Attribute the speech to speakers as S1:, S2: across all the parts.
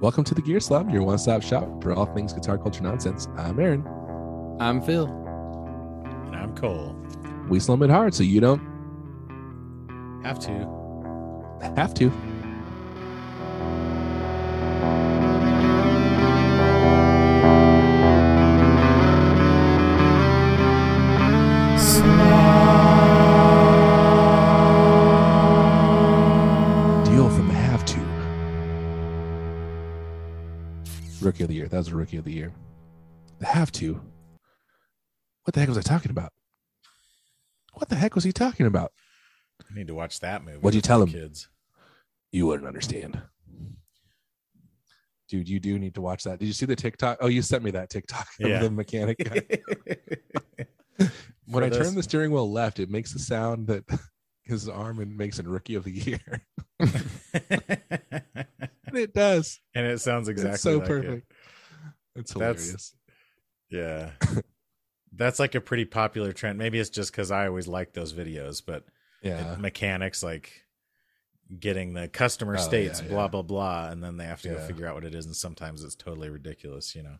S1: Welcome to the Gear Slum, your one stop shop for all things guitar culture nonsense. I'm Aaron.
S2: I'm Phil.
S3: And I'm Cole.
S1: We slum it hard so you don't
S3: Have to.
S1: have to. Deal with them, have to. Rookie of the year. That was rookie of the year. The have to. What the heck was I talking about? What the heck was he talking about?
S3: I need to watch that movie.
S1: What'd you
S3: with
S1: tell
S3: my
S1: him?
S3: Kids.
S1: you wouldn't understand. Dude, you do need to watch that. Did you see the TikTok? Oh, you sent me that TikTok of
S3: Yeah.
S1: the mechanic guy. when
S3: For
S1: I
S3: those-
S1: turn the steering wheel left, it makes a sound that his arm and makes in rookie of the year. and it does.
S3: and it sounds exactly
S1: it's so
S3: like it.
S1: perfect. It's
S3: That's-
S1: hilarious.
S3: Yeah. That's like a pretty popular trend. Maybe it's just because I always like those videos, but
S1: yeah.
S3: mechanics like getting the customer
S1: Oh,
S3: states
S1: yeah,
S3: blah
S1: yeah.
S3: blah blah, and then they have to go
S1: Yeah.
S3: figure out what it is, and sometimes it's totally ridiculous, you know.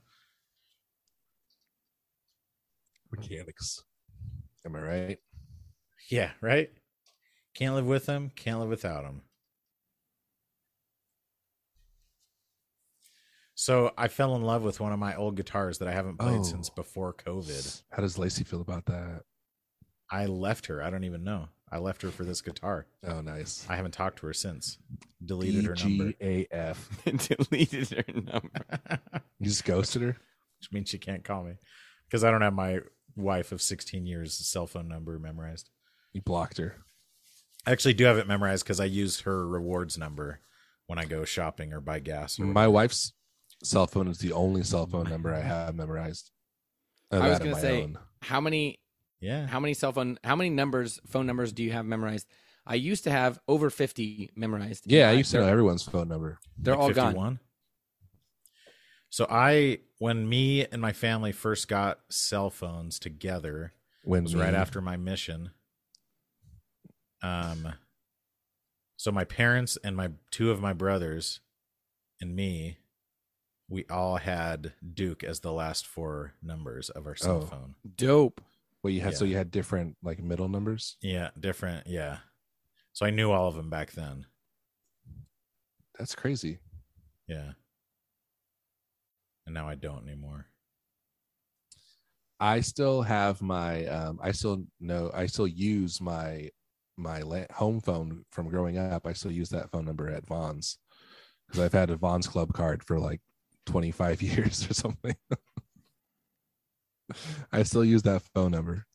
S1: Mechanics. Am I right?
S3: Yeah, right. Can't live with them. Can't live without them. So I fell in love with one of my old guitars that I haven't played
S1: Oh.
S3: since before COVID.
S1: How does Lacey feel about that?
S3: I left her. I don't even know. I left her for this guitar.
S1: Oh, nice. E
S3: I haven't talked to her since. Deleted her number,
S1: DGAF.
S2: Deleted her number.
S1: You just ghosted her?
S3: which means she can't call me because I don't have my wife of 16 years cell phone number memorized.
S1: You blocked her.
S3: I actually do have it memorized because I use her rewards number when I go shopping or buy gas. Or
S1: My wife's cell phone is the only cell phone number I have memorized. Of
S2: I was
S1: that and
S2: gonna
S1: my
S2: say-
S1: own.
S2: How many
S3: yeah.
S2: how many cell phone how many numbers phone numbers do you have memorized? I used to have over 50 memorized.
S1: Yeah, I
S2: And
S1: used to know
S2: they're,
S1: everyone's phone number.
S2: they're
S3: Like
S2: all gone.
S3: 51? So I, when me and my family first got cell phones together, it
S1: When
S3: was right
S1: we-
S3: after my mission. Um, so my parents and my two of my brothers, and me, we all had Duke as the last four numbers of our cell
S1: Oh.
S3: phone.
S2: Dope.
S1: Well, you had so
S3: Yeah.
S1: you had different like middle numbers.
S3: Yeah, different. Yeah, so I knew all of them back then.
S1: That's crazy.
S3: Yeah, and now I don't anymore.
S1: I still have my. Um, I still know. I still use my my la- home phone from growing up. I still use that phone number at Vaughn's because I've had a Vaughn's Club card for like twenty five years or something. I still use that phone number,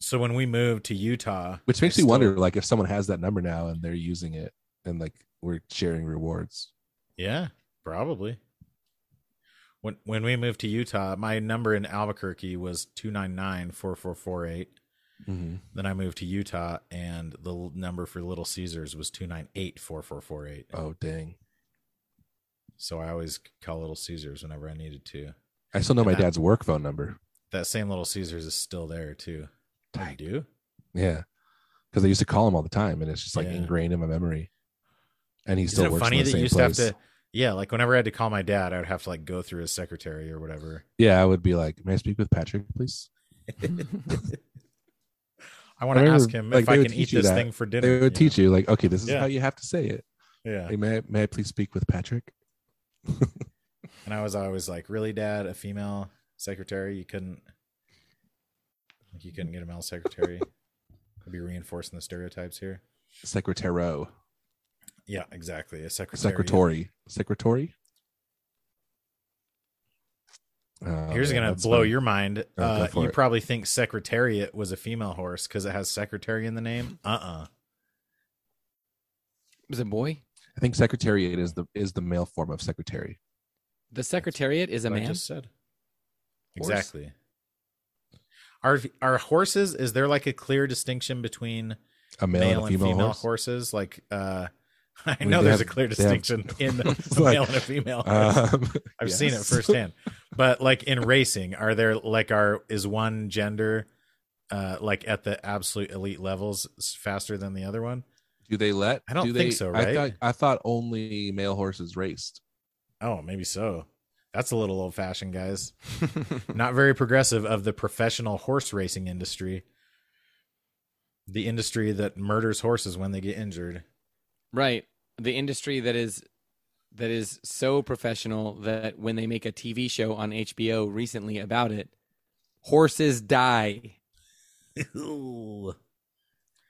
S3: So when we moved to Utah,
S1: which
S3: I
S1: makes me
S3: still-
S1: wonder, like, if someone has that number now and they're using it, and like we're sharing rewards.
S3: Yeah, probably. When when we moved to Utah, my number in Albuquerque was 299-4448. Then I moved to Utah and the l- number for Little Caesars was 298-4448.
S1: Oh dang!
S3: So I always call Little Caesars whenever I needed to.
S1: I still know my
S3: And that-
S1: dad's work phone number.
S3: That same Little Caesars is still there too. Oh, you do?
S1: Yeah. Because I used to call him all the time and it's just like
S3: Yeah.
S1: ingrained in my memory. And he still
S3: Isn't it
S1: works
S3: funny
S1: in the
S3: that
S1: same
S3: you used
S1: place.
S3: to have to Yeah, like whenever I had to call my dad, I would have to like go through his secretary or whatever.
S1: Yeah, I would be like, May I speak with Patrick, please?
S3: I want to
S1: remember,
S3: ask him
S1: like,
S3: if
S1: they
S3: I
S1: would
S3: can eat
S1: teach you
S3: this
S1: that.
S3: thing for dinner.
S1: They would teach you, like, okay, this is
S3: Yeah.
S1: how you have to say it.
S3: you. know? Yeah.
S1: Hey, may I, may I please speak with Patrick?
S3: And I was always like, really, dad, a female secretary? You couldn't, like, you couldn't get a male secretary. Could be reinforcing the stereotypes here.
S1: Secretaro.
S3: Yeah, exactly. A secretary.
S1: Secretary. Secretary? Oh,
S3: Here's
S1: man,
S3: gonna
S1: that's
S3: blow
S1: funny.
S3: your mind.
S1: Oh,
S3: uh,
S1: go for
S3: you
S1: it.
S3: probably think secretariat was a female horse because it has secretary in the name. Uh uh
S2: Was it boy?
S1: I think secretariat is the is the male form of secretary.
S2: The secretariat is a
S3: I
S2: man.
S3: just said. Exactly. Are are horses? Is there like a clear distinction between
S1: A male,
S3: male,
S1: and a female, horse.
S3: horses. Like, uh, I
S1: mean,
S3: know
S1: they
S3: there's
S1: have-
S3: a clear
S1: they have-
S3: distinction in the
S1: It's
S3: a
S1: like,
S3: male and a female. horse.
S1: Um,
S3: I've seen it
S1: yes.
S3: firsthand. but like in racing, are there like are is one gender uh, like at the absolute elite levels s- faster than the other one?
S1: Do they let?
S3: I don't
S1: do
S3: think
S1: they-
S3: so,
S1: I
S3: right?
S1: thought, I thought only male horses raced.
S3: Oh, maybe so. That's a little old fashioned, guys. Not very progressive of the professional horse racing industry. The industry that murders horses when they get injured.
S2: right. The industry that is that is so professional that when they make a TV show on HBO recently about it, horses die.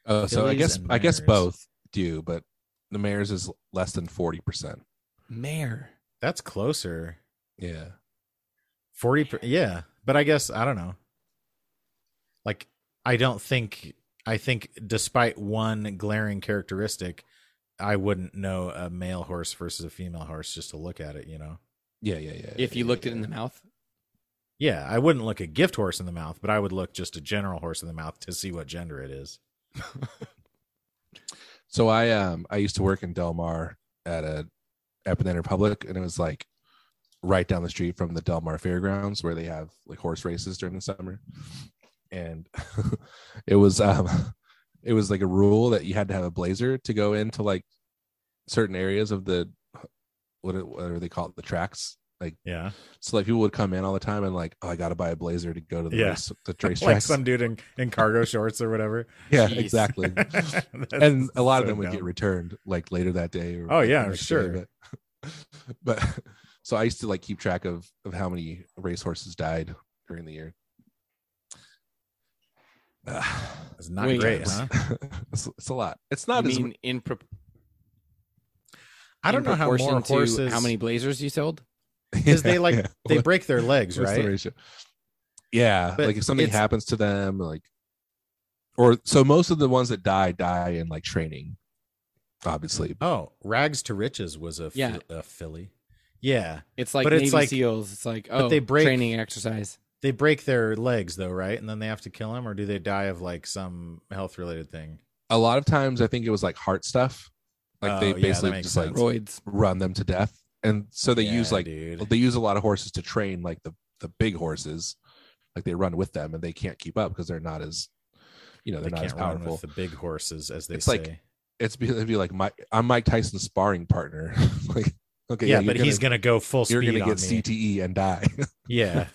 S1: Uh, so I
S3: Phillies
S1: guess
S3: and
S1: I guess
S3: mares.
S1: both do, but the mares is less than forty percent.
S2: Mare.
S3: That's closer.
S1: Yeah,
S3: 40 per- yeah, but I guess I don't know. Like I don't think I think despite one glaring characteristic, I wouldn't know a male horse versus a female horse just to look at it, you know.
S1: yeah, yeah, yeah.
S2: If you
S1: yeah,
S2: looked it
S1: yeah.
S2: in the mouth.
S3: Yeah, I wouldn't look a gift horse in the mouth, but I would look just a general horse in the mouth to see what gender it is.
S1: So I um I used to work in Del Mar at a Epicenter Public, and it was like right down the street from the Del Mar Fairgrounds where they have like horse races during the summer, and it was um it was like a rule that you had to have a blazer to go into like certain areas of the what whatever they call it the tracks.
S3: Yeah.
S1: So like people would come in all the time and like, oh, I gotta buy a blazer to go to the
S3: Yeah.
S1: race, the racetracks.
S3: Like some dude in, in cargo shorts or whatever.
S1: yeah,
S2: Jeez.
S1: exactly. and a lot of them would get returned like later that day or
S3: Oh,
S1: like,
S3: yeah,
S1: the
S3: I'm
S1: next day,
S3: sure.
S1: but, but so i used to like keep track of of how many racehorses died during the year Ah,
S3: It's not
S2: Wait.
S3: great,
S1: it's,
S3: huh?
S1: it's, it's a lot it's
S2: I
S1: not as
S2: mean, in, pro-
S3: I don't
S2: in
S3: know how
S2: proportion
S3: more
S2: to
S3: horses
S2: how many blazers you sold.
S3: because they like
S1: yeah.
S3: they break their legs,
S1: What's the
S3: right?
S1: ratio? yeah
S3: But
S1: like if something
S3: it's-
S1: happens to them like or so most of the ones that die die in like training obviously
S3: Oh, rags to riches was a,
S2: Yeah.
S3: Phil- a filly. Yeah,
S2: It's like
S3: But it's
S2: Navy
S3: like-
S2: SEALs. It's like
S3: but
S2: oh,
S3: they break-
S2: training exercise.
S3: they break their legs though, right? And then they have to kill them, or do they die of like some health related thing?
S1: a lot of times i think it was like heart stuff like
S3: Oh,
S1: they
S3: yeah, that
S1: basically
S3: makes
S1: just like
S3: sense.
S2: Roids.
S1: run them to death and so they use
S3: Yeah,
S1: like
S3: dude.
S1: they use a lot of horses to train like the the big horses like they run with them and they can't keep up because they're not as you know
S3: they
S1: they're not as
S3: can't run
S1: powerful
S3: with the big horses, as they
S1: It's
S3: say.
S1: like- it's be, it'd be like my i'm mike tyson's sparring partner like okay
S3: yeah,
S1: you're
S3: but he's gonna go full
S1: you're
S3: speed
S1: gonna
S3: on
S1: get
S3: me.
S1: cte and die
S3: Yeah,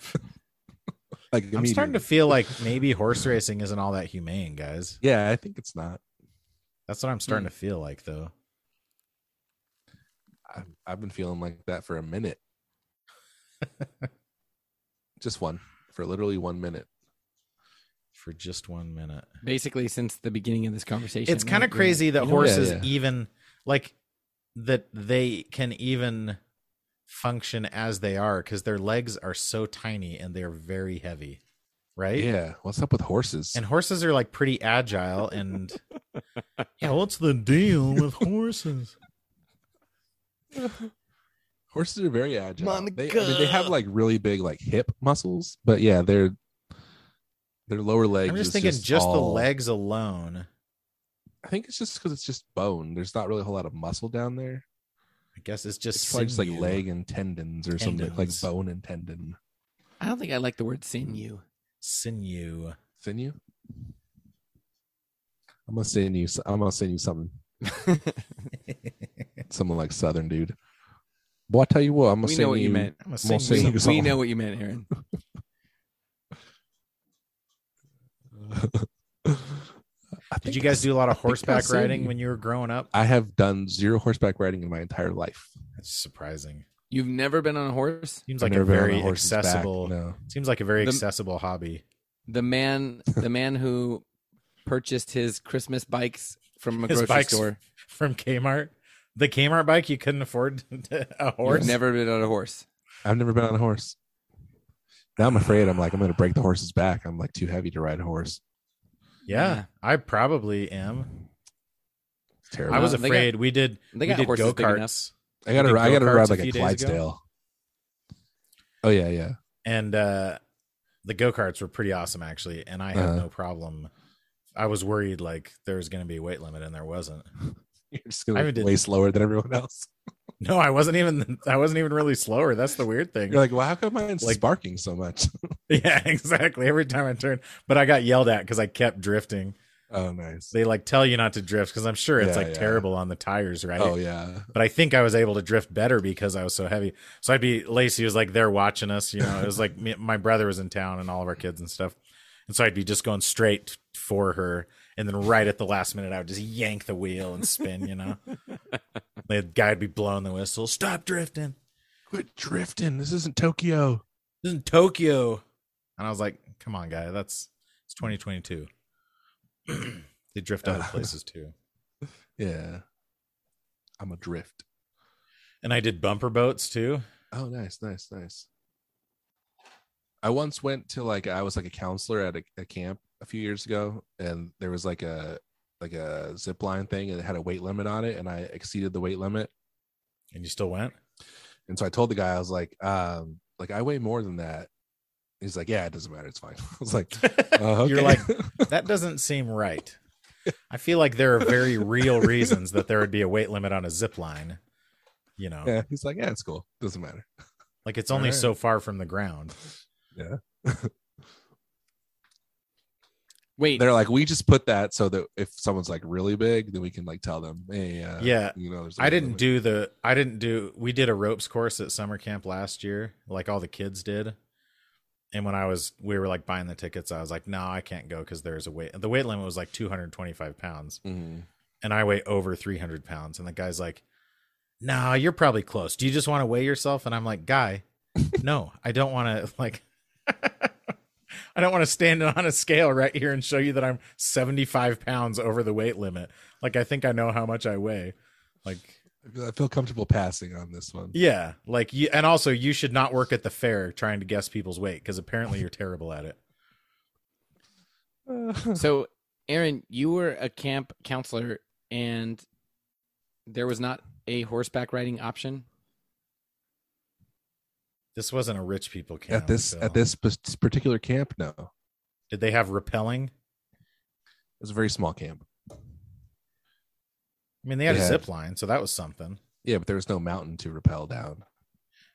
S1: like
S3: I'm starting
S1: immediately.
S3: to feel like maybe horse racing isn't all that humane, guys.
S1: yeah i think it's not
S3: That's what I'm starting
S1: Hmm.
S3: to feel like, though.
S1: I've, I've been feeling like that for a minute just one for literally one minute
S3: For just one minute,
S2: Basically, since the beginning of this conversation,
S3: it's kind of
S2: Like, we're-
S3: crazy that
S2: you know what?
S3: horses
S1: Yeah, yeah.
S3: even like that they can even function as they are because their legs are so tiny and they're very heavy, right?
S1: yeah what's up with horses
S3: And horses are like pretty agile and yeah. What's the deal with horses?
S1: Horses are very agile.
S2: Mama
S1: They, I mean, they have like really big like hip muscles, but yeah, their their lower legs.
S3: I'm just
S1: is
S3: thinking just, the
S1: all-
S3: legs alone.
S1: I think it's just because it's just bone. There's not really a whole lot of muscle down there.
S3: I guess it's
S1: It's,
S3: just,
S1: like, just like
S3: sinew.
S1: leg and tendons or something like
S3: Tendons.
S1: bone and tendon.
S2: I don't think I like the word sinew.
S3: sinew.
S1: Sinew. I'm gonna send you. s- I'm gonna send you something. Someone like Southern dude. Well, I tell you what. I'm gonna
S2: we
S1: send
S2: know what you meant.
S3: I'm a
S1: More
S3: sinew.
S1: Sing
S2: We,
S1: you
S2: we
S1: something.
S2: know what you meant, Aaron.
S1: I
S3: Did
S1: think
S3: you guys do a lot of horseback
S1: sinew.
S3: riding when you were growing up?
S1: I have done zero horseback riding in my entire life.
S3: That's surprising.
S2: You've never been on a horse.
S3: Seems
S1: I've
S3: like a
S1: never been on
S3: very
S1: horse's back,
S3: accessible.
S1: No.
S3: Seems like a very
S2: The-
S3: accessible hobby.
S2: The man, the man who purchased his Christmas bikes from a
S3: His
S2: grocery
S3: bikes
S2: store.
S3: from Kmart. The Kmart bike you couldn't afford a horse.
S2: You've never been on a horse.
S1: I've never been on a horse. Now I'm afraid. I'm like, I'm going to break the horse's back. I'm like too heavy to ride a horse.
S3: yeah,
S2: Yeah.
S3: I probably am.
S1: It's terrible.
S3: I was
S2: Well, they got-
S3: afraid. we did.
S2: They
S3: we
S2: got
S3: did
S2: horses
S3: go
S2: big enough.
S3: karts,
S1: I got to.
S3: did
S1: I got to
S3: go-karts
S1: ride
S3: a
S1: like a
S3: few days ago.
S1: Clydesdale. Oh yeah, yeah.
S3: and uh, the go karts were pretty awesome actually. And I had
S1: Uh-huh.
S3: no problem. I was worried like there was going to be a weight limit, and there wasn't.
S1: You're just
S3: I
S1: gonna
S3: haven't
S1: be
S3: did-
S1: way slower than everyone else.
S3: No, I wasn't even. I wasn't even really slower. That's the weird thing.
S1: You're like, well, how come mine's
S3: Like-
S1: sparking so much?
S3: yeah, exactly. Every time I turned, but I got yelled at because I kept drifting.
S1: Oh, nice.
S3: They like tell you not to drift because I'm sure it's
S1: Yeah,
S3: like
S1: yeah.
S3: terrible on the tires, right?
S1: Oh yeah.
S3: But I think I was able to drift better because I was so heavy. So I'd be Lacey was like there watching us, you know. It was like me, my brother was in town and all of our kids and stuff, and so I'd be just going straight for her, and then right at the last minute I would just yank the wheel and spin, you know. the guy'd be blowing the whistle, stop drifting.
S1: Quit drifting. This isn't Tokyo.
S3: This is Tokyo. And I was like, come on, guy, that's it's 2022. they drift other
S1: Uh.
S3: places too.
S1: Yeah. I'm a drift.
S3: And I did bumper boats too.
S1: Oh, nice, nice, nice. I once went to like I was like a counselor at a, a camp a few years ago, and there was like a like a zip line thing, and it had a weight limit on it, and I exceeded the weight limit,
S3: And you still went?
S1: and so I told the guy I was like, um, like I weigh more than that. He's like, yeah, it doesn't matter, it's fine. I was like, oh,
S3: You're
S1: okay.
S3: like, that doesn't seem right. I feel like there are very real reasons that there would be a weight limit on a zip line. You know,
S1: yeah. He's like, yeah, it's cool, doesn't matter.
S3: like it's only
S1: Alright.
S3: so far from the ground.
S2: Wait,
S1: They're like, we just put that so that if someone's like really big, then we can like tell them, hey, uh,
S3: yeah.
S1: you know, there's a
S3: I
S1: weight
S3: didn't
S1: limit."
S3: do the I didn't do we did a ropes course at summer camp last year, like all the kids did. And when I was we were like buying the tickets, I was like, no, I can't go because there's a weight the weight limit was like two hundred and twenty five pounds.
S1: Mhm.
S3: And I weigh over three hundred pounds. And the guy's like, No, you're probably close. Do you just want to weigh yourself? And I'm like, Guy, no, I don't want to like I don't want to stand on a scale right here and show you that I'm 75 pounds over the weight limit. Like I think I know how much I weigh. Like
S1: I feel- I feel comfortable passing on this one.
S3: yeah, like you, and also you should not work at the fair trying to guess people's weight because apparently you're terrible at it.
S2: so Aaron, you were a camp counselor, and there was not a horseback riding option.
S3: This wasn't a rich people camp.
S1: at this
S3: Phil.
S1: at this p- particular camp no it
S3: did they have rappelling?
S1: was a very small camp
S3: I mean, they had
S1: They
S3: a
S1: had-
S3: zip line, so that was something.
S1: yeah but there was no mountain to rappel down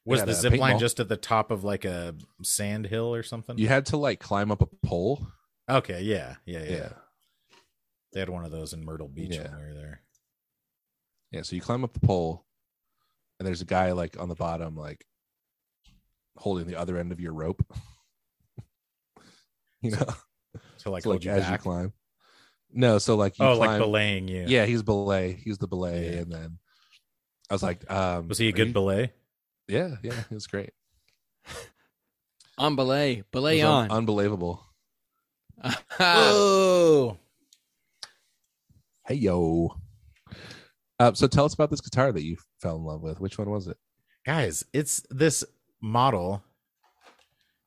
S3: Was
S1: had
S3: the
S1: a
S3: zip line
S1: paintball.
S3: just at the top of like a sand hill or something?
S1: you had to like climb up a pole
S3: Okay, yeah, yeah, yeah.
S1: yeah yeah,
S3: They had one of those in Myrtle Beach
S1: Yeah.
S3: when we were there.
S1: so you climb up the pole and there's a guy like on the bottom like holding the other end of your rope you know
S3: So like,
S1: So,
S3: hold
S1: like
S3: you
S1: as
S3: back.
S1: you climb no so like you
S3: oh, like
S1: climb
S3: belaying you.
S1: yeah he's belay he's the belay
S3: Yeah.
S1: and then i was like um
S3: Was he a
S1: are
S3: good
S1: you-
S3: belay?
S1: yeah yeah it was great
S2: On belay,
S1: It
S2: belay
S1: was un-
S2: on.
S1: unbelievable Uh,
S3: Oh,
S1: Hey yo. Uh, so tell us about this guitar that you fell in love with. Which one was it?
S3: guys, it's this model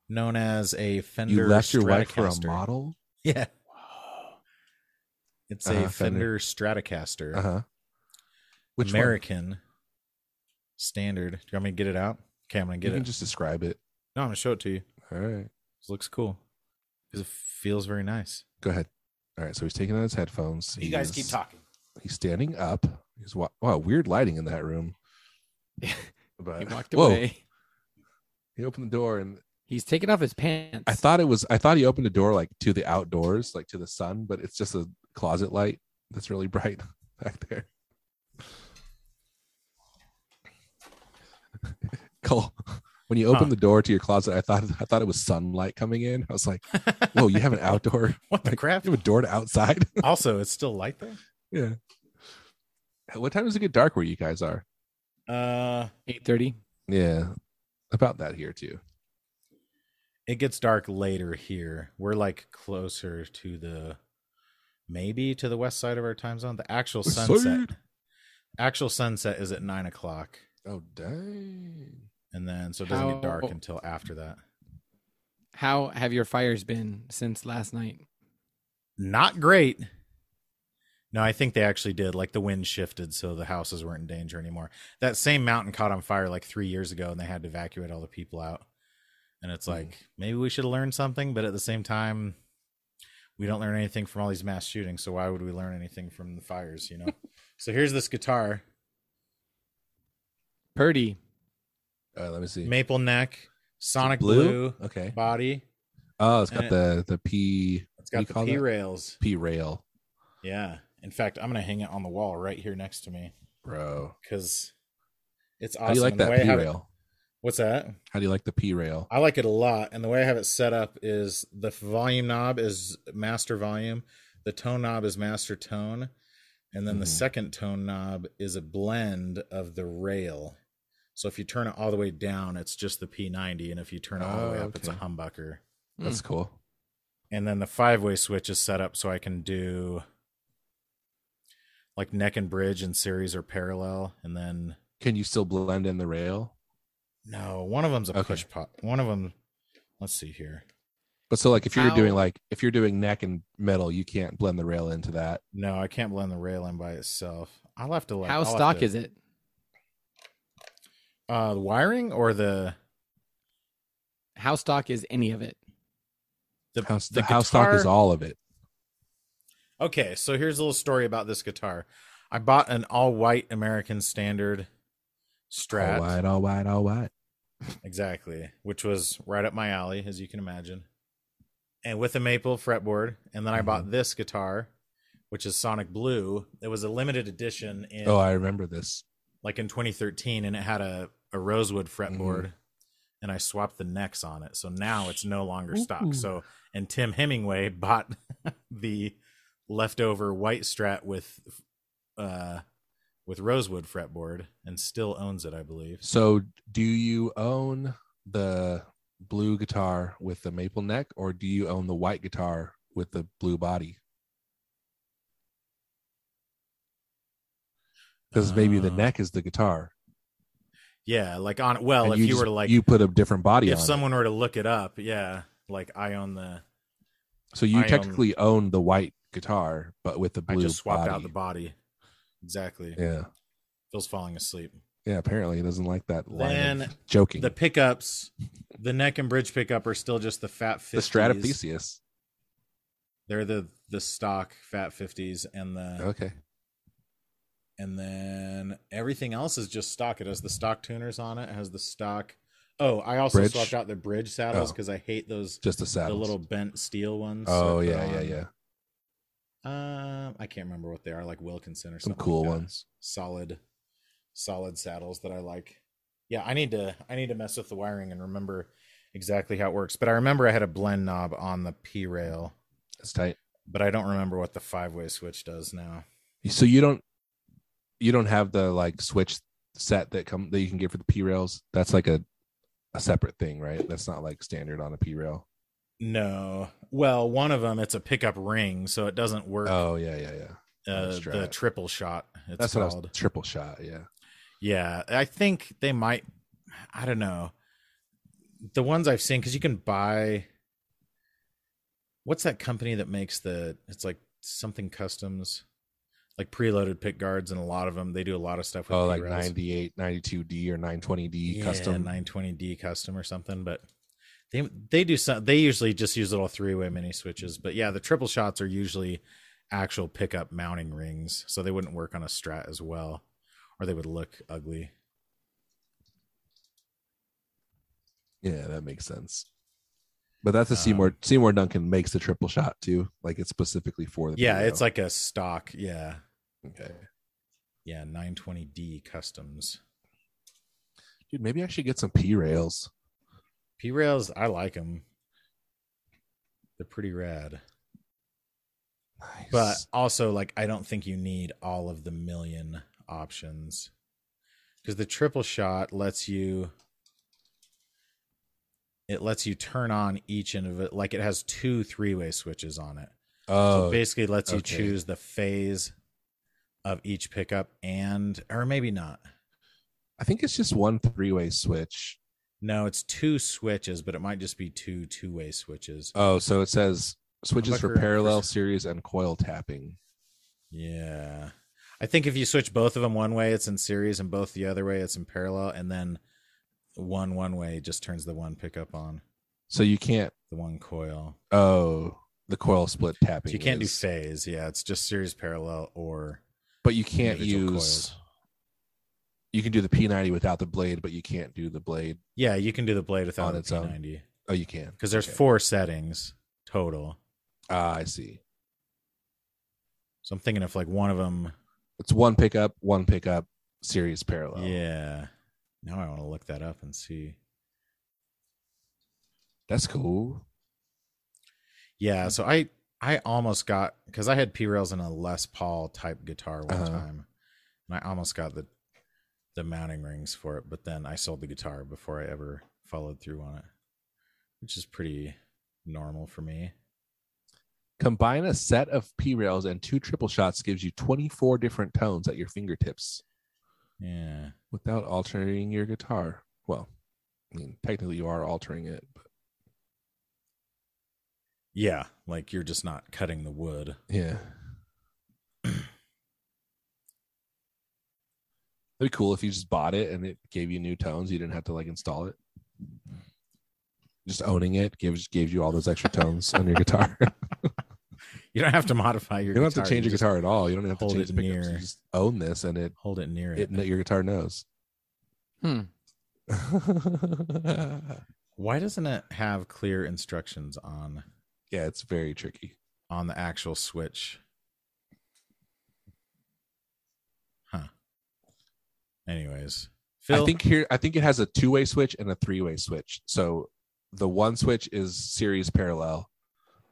S3: known as a Fender.
S1: you left your wife for a
S3: Stratocaster.
S1: model?
S3: Yeah. It's a
S1: Uh-huh, Fender.
S3: Fender Stratocaster,
S1: Uh huh. Which
S3: American standard. Do you want me to get it out? Okay, I'm gonna
S1: one?
S3: get
S1: you
S3: it.
S1: can just describe it.
S3: No, I'm gonna show it to you.
S1: All right.
S3: This looks cool because it feels very nice.
S1: Go ahead. All right. So he's taking out his headphones. He's-
S3: talking.
S1: He's standing up. He's wa- wow, weird lighting in that room. But
S2: he walked
S1: whoa,
S2: away.
S1: He opened the door and
S2: He's taking off his pants.
S1: I thought it was I thought he opened the door like to the outdoors, like to the sun, but it's just a closet light that's really bright back there. Cole, when you open
S3: Huh.
S1: the door to your closet, I thought I thought it was sunlight coming in. I was like, "Whoa, you have an outdoor?
S3: what the
S1: Like,
S3: crap?
S1: You have a door to outside?"
S3: also, it's still light there.
S1: yeah. What time does it get dark where you guys are?
S3: Uh,
S2: eight thirty.
S1: Yeah, about that here too.
S3: it gets dark later here. We're like closer to the maybe to the west side of our time zone. The actual
S1: West
S3: sunset, actual sunset is at nine o'clock,
S1: Oh dang!
S3: and then so it doesn't get dark
S2: How-
S3: until after that.
S2: How have your fires been since last night?
S3: Not great. No, I think they actually did. Like the wind shifted, so the houses weren't in danger anymore. That same mountain caught on fire like three years ago, and they had to evacuate all the people out. And it's
S1: Hmm.
S3: like maybe we should learn something, but at the same time, we don't learn anything from all these mass shootings. So why would we learn anything from the fires? You know. so here's this guitar,
S2: Purdy.
S1: Uh, let me see.
S3: maple neck, sonic blue,
S1: Blue? Okay.
S3: body.
S1: Oh, it's got
S3: And
S1: the the P
S3: It's
S1: You
S3: got the
S1: call that-
S3: P rails.
S1: P rail.
S3: Yeah. In fact, I'm gonna hang it on the wall right here next to me
S1: bro.
S3: because it's awesome.
S1: How do you like
S3: And the
S1: that
S3: way I
S1: P
S3: have it-
S1: rail?
S3: What's that?
S1: How do you like the P rail?
S3: I like it a lot. And the way I have it set up is the volume knob is master volume, the tone knob is master tone, and then the
S1: Mhm.
S3: second tone knob is a blend of the rail. So if you turn it all the way down, it's just the P90, and if you turn it all the way
S1: Oh,
S3: up, it's a
S1: okay.
S3: humbucker.
S1: That's cool.
S3: And then the five way switch is set up so I can do like neck and bridge in series or parallel, and then
S1: Can you still blend in the rail?
S3: no, one of them's a
S1: Okay.
S3: push pop. One of them, let's see here.
S1: But so like if you're doing
S2: How-
S1: like if you're doing neck and metal, you can't blend the rail into that.
S3: No, I can't blend the rail in by itself. I'll have to like
S2: How stock is it?
S3: Uh, the wiring or the
S2: How stock is any of it?
S3: the
S1: House
S3: the
S1: the, house stock is
S3: guitar-
S1: all of it.
S3: Okay, so here's a little story about this guitar. I bought an all white American standard Strat,
S1: All white, all white, all white.
S3: exactly, which was right up my alley, as you can imagine, and with a maple fretboard. And then I
S1: Mm-hmm.
S3: bought this guitar, which is Sonic Blue. It was a limited edition in
S1: Oh, I remember this.
S3: like in 2013 and it had a, a rosewood fretboard
S1: Mm-hmm.
S3: and I swapped the necks on it. So now it's no longer stock.
S2: Ooh.
S3: So and Tim Hemingway bought the leftover white strat with uh with rosewood fretboard and still owns it, I believe.
S1: So do you own the blue guitar with the maple neck or do you own the white guitar with the blue body? Because maybe the
S3: Uh,
S1: neck is the guitar.
S3: Yeah, like on well,
S1: and
S3: if you,
S1: just-
S3: were to like
S1: you put a different body
S3: if
S1: on it.
S3: someone were to look it up, yeah, like I own the
S1: So you
S3: I own-
S1: technically own the white guitar, but with the
S3: I
S1: blue
S3: just swapped
S1: body.
S3: out the body. Exactly.
S1: yeah,
S3: Phil's falling asleep.
S1: yeah. Apparently, he doesn't like that line. of
S3: Then
S1: joking.
S3: the
S1: The,
S3: pickups, the neck and bridge pickup are still just the fat 50s.
S1: Stratothesius.
S3: They're the the stock fat 50s and the
S1: Okay.
S3: and then everything else is just stock. It has the stock tuners on it. It has the stock. Oh, I also
S1: Bridge?
S3: swapped out the bridge saddles
S1: Oh.
S3: because I hate those
S1: Just the
S3: the
S1: saddle.
S3: little bent steel ones.
S1: Oh yeah, yeah,
S3: um,
S1: yeah.
S3: yeah. Um, I can't remember what they are, like Wilkinson or
S1: Some
S3: something.
S1: cool
S3: like that.
S1: ones.
S3: Solid, solid saddles that I like. Yeah, I need to I need to mess with the wiring and remember exactly how it works. But I remember I had a blend knob on the P rail.
S1: That's tight.
S3: but I don't remember what the five way switch does now.
S1: So you don't, you don't have the like switch set that come that you can get for the P rails. That's like a, a separate thing, right? That's not like standard on a P rail.
S3: No. Well, one of them it's a pickup ring, so it doesn't work.
S1: Oh yeah, yeah, yeah.
S3: uh,
S1: that's
S3: the
S1: right.
S3: triple shot. It's
S1: That's what I
S3: called.
S1: was triple shot. Yeah.
S3: yeah, I think they might. I don't know. The ones I've seen because you can buy. What's that company that makes the? It's like something customs, like preloaded pick guards, and a lot of them they do a lot of stuff with
S1: Oh, like
S3: P-rails.
S1: 98, 92D or 920D custom.
S3: 920D custom or something, but they they do some they usually just use little three-way mini switches, but yeah, the triple shots are usually actual pickup mounting rings, so they wouldn't work on a strat as well or they would look ugly.
S1: Yeah, that makes sense. But that's a Seymour
S3: Um,
S1: Seymour Duncan makes the triple shot too. Like it's specifically for the
S3: Yeah,
S1: video.
S3: it's like a stock, yeah.
S1: okay.
S3: Yeah, 920D customs.
S1: Dude, maybe I should get some P rails.
S3: P-rails, I like them. They're pretty rad.
S1: Nice.
S3: But also, like, I don't think you need all of the million options because the triple shot lets you. It lets you turn on each end of it. Like it has two three-way switches on it. so
S1: oh,
S3: it basically lets you
S1: okay.
S3: choose the phase of each pickup and or maybe not.
S1: I think it's just one three way switch.
S3: No, it's two switches, but it might just be two two-way switches.
S1: Oh, so it says switches for
S3: Humbucker-
S1: parallel series and coil tapping.
S3: Yeah. I think if you switch both of them one way, it's in series, and both the other way, it's in parallel. And then one one way just turns the one pickup on,
S1: So you can't.
S3: the one coil.
S1: Oh, the coil split tapping.
S3: So you can't do
S1: is-
S3: phase. Yeah, it's just series parallel or.
S1: but you can't use.
S3: individual coils.
S1: You can do the P90 without the blade, but you can't do the blade.
S3: Yeah, you can do the blade without
S1: On
S3: the
S1: its own.
S3: P90
S1: Oh, you can.
S3: because there's
S1: Okay.
S3: four settings total.
S1: Ah, I see.
S3: So I'm thinking if like one of them.
S1: It's one pickup, one pickup, series parallel.
S3: Yeah. Now I want to look that up and see.
S1: That's cool.
S3: Yeah. So I I almost got because I had P rails and a Les Paul type guitar one
S1: Uh-huh.
S3: time, and I almost got the the mounting rings for it, but then I sold the guitar before I ever followed through on it, which is pretty normal for me.
S1: Combine a set of P rails and two triple shots gives you 24 different tones at your fingertips
S3: Yeah.
S1: without altering your guitar. Well, I mean, technically you are altering it, but
S3: Yeah, like you're just not cutting the wood.
S1: yeah. It'd be cool if you just bought it and it gave you new tones. You didn't have to like install it. Just owning it gives gave you all those extra tones on your guitar.
S3: You don't have to modify your
S1: you don't
S3: guitar.
S1: have to change
S3: you
S1: your
S3: just
S1: guitar at all. You don't have to
S3: hold
S1: change
S3: it
S1: the pickups. You
S3: near-
S1: just own this, and it
S3: Hold it near
S1: it
S3: it.
S1: your guitar knows.
S2: Hmm.
S1: yeah,
S3: Why doesn't it have clear instructions on
S1: it's very tricky.
S3: on the actual switch? Huh. Anyways, Phil,
S1: I think here I think it has a two way switch and a three way switch. So the one switch is series parallel,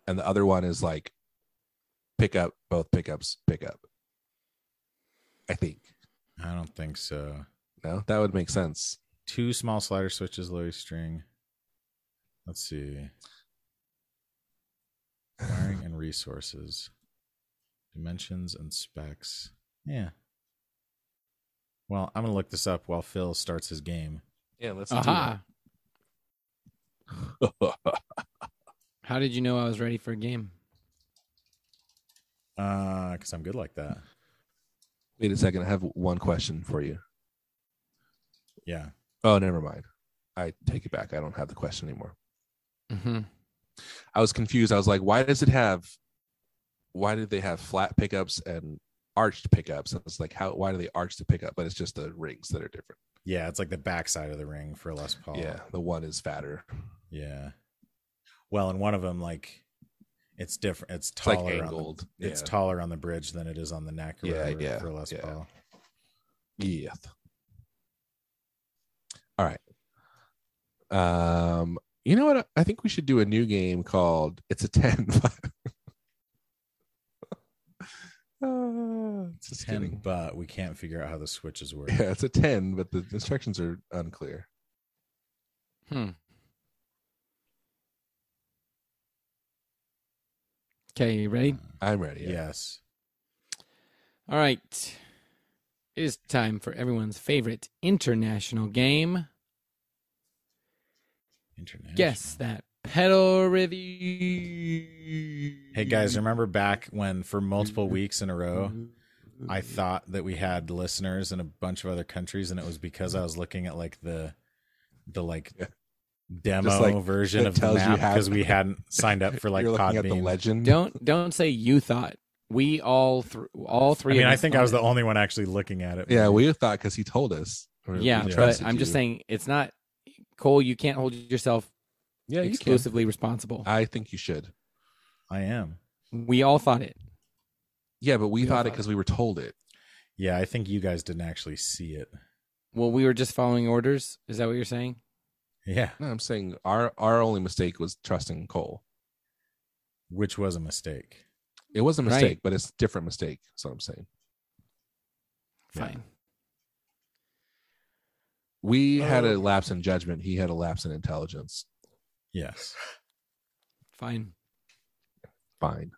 S1: and the other one is like pick up both pickups pick up. I think
S3: I don't think so.
S1: no, that would make sense.
S3: Two small slider switches, low E string. Let's see. wiring and resources, dimensions and specs. Yeah. Well, I'm gonna look this up while Phil starts his game.
S1: Yeah, let's do
S2: Aha.
S1: that.
S2: How did you know I was ready for a game?
S3: Uh, cause I'm good like that.
S1: Wait a second, I have one question for you.
S3: Yeah.
S1: Oh, never mind. I take it back. I don't have the question anymore.
S2: Mm-hmm.
S1: I was confused. I was like, why does it have why did they have flat pickups and arched pickups? And it's like how why do they arch the pickup? But it's just the rings that are different.
S3: Yeah, it's like the backside of the ring for Les Paul.
S1: Yeah. The one is fatter.
S3: Yeah. Well, and one of them like it's different. It's
S1: It's like
S3: taller. on
S1: angled.
S3: the, It's
S1: yeah.
S3: taller on the bridge than it is on the neck. Or
S1: Yeah,
S3: whatever
S1: yeah,
S3: For Les
S1: yeah.
S3: Paul.
S1: yeah. All right. Um you know what? I think we should do a new game called It's a 10. uh, just
S3: Ten,
S1: kidding.
S3: but we can't figure out how the switches work.
S1: Yeah, it's a 10, but the instructions are unclear.
S2: Hmm. Okay, you ready?
S1: I'm ready.
S3: Uh, Yes.
S2: All right. It is time for everyone's favorite international game.
S3: International.
S2: Guess that pedal review.
S3: Hey guys, remember back when for multiple
S1: Mm-hmm.
S3: weeks in a row I thought that we had listeners in a bunch of other countries and it was because I was looking at like the the like
S1: Yeah.
S3: demo
S1: Just, like,
S3: version
S1: it
S3: of the
S1: tells you
S3: map
S1: how-
S3: because we hadn't signed up for like
S1: You're looking at the
S3: Podbean.
S1: legend.
S2: don't don't say you thought. We all thr all
S3: I
S2: three.
S3: mean,
S2: of
S3: I
S2: us
S3: think
S2: thought
S3: I was
S2: it.
S3: the only one actually looking at it.
S1: Yeah, we thought because he told us. or we
S2: Yeah, but
S1: trusted
S2: I'm just
S1: you.
S2: saying it's not Cole. You can't hold yourself
S1: Yeah, you can.
S2: exclusively responsible.
S1: I think you should.
S3: I am.
S2: we all thought it.
S1: Yeah, but we
S2: We all
S1: thought it
S2: thought
S1: because we were told it.
S3: Yeah, I think you guys didn't actually see it.
S2: Well, we were just following orders. Is that what you're saying?
S3: Yeah,
S1: No, I'm saying our our only mistake was trusting Cole.
S3: which was a mistake.
S1: It was a
S2: Right.
S1: mistake, but it's a different mistake. That's what I'm saying.
S3: Yeah.
S2: Fine.
S1: We had a
S3: Oh.
S1: lapse in judgment. He had a lapse in intelligence.
S3: Yes.
S2: Fine.
S1: Fine.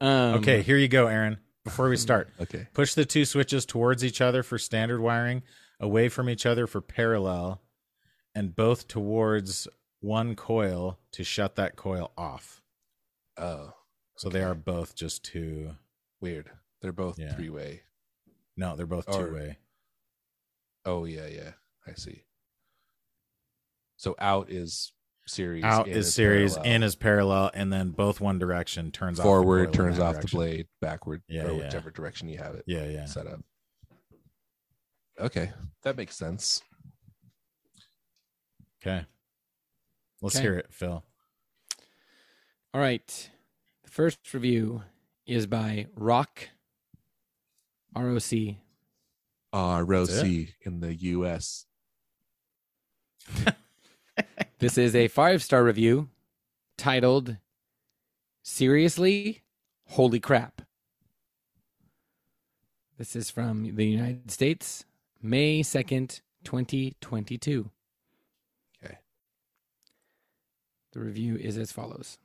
S2: Um,
S3: Okay, here you go, Aaron. Before we start,
S1: Okay.
S3: Push the two switches towards each other for standard wiring, away from each other for parallel, and both towards one coil to shut that coil off.
S1: Oh,
S3: So they are both just two.
S1: weird. They're both
S3: Yeah.
S1: three way.
S3: No, they're both
S1: Or-
S3: two way.
S1: Oh yeah, yeah. I see. So out is series.
S3: Out
S1: in
S3: is, series,
S1: parallel.
S3: in is parallel, and then both one direction turns off the
S1: forward
S3: coil in
S1: turns
S3: that
S1: off the
S3: direction.
S1: blade backward
S3: Yeah,
S1: or
S3: yeah.
S1: whichever direction you have it
S3: Yeah, yeah.
S1: set up okay that makes sense
S3: Okay. Let's
S2: Okay.
S3: hear it, Phil.
S2: All right. The first review is by Rock, R O C.
S1: ROC Uh, in the US.
S2: This is a five star review titled Seriously? Holy Crap. This is from the United States, May 2nd, 2022.
S1: Okay.
S2: The review is as follows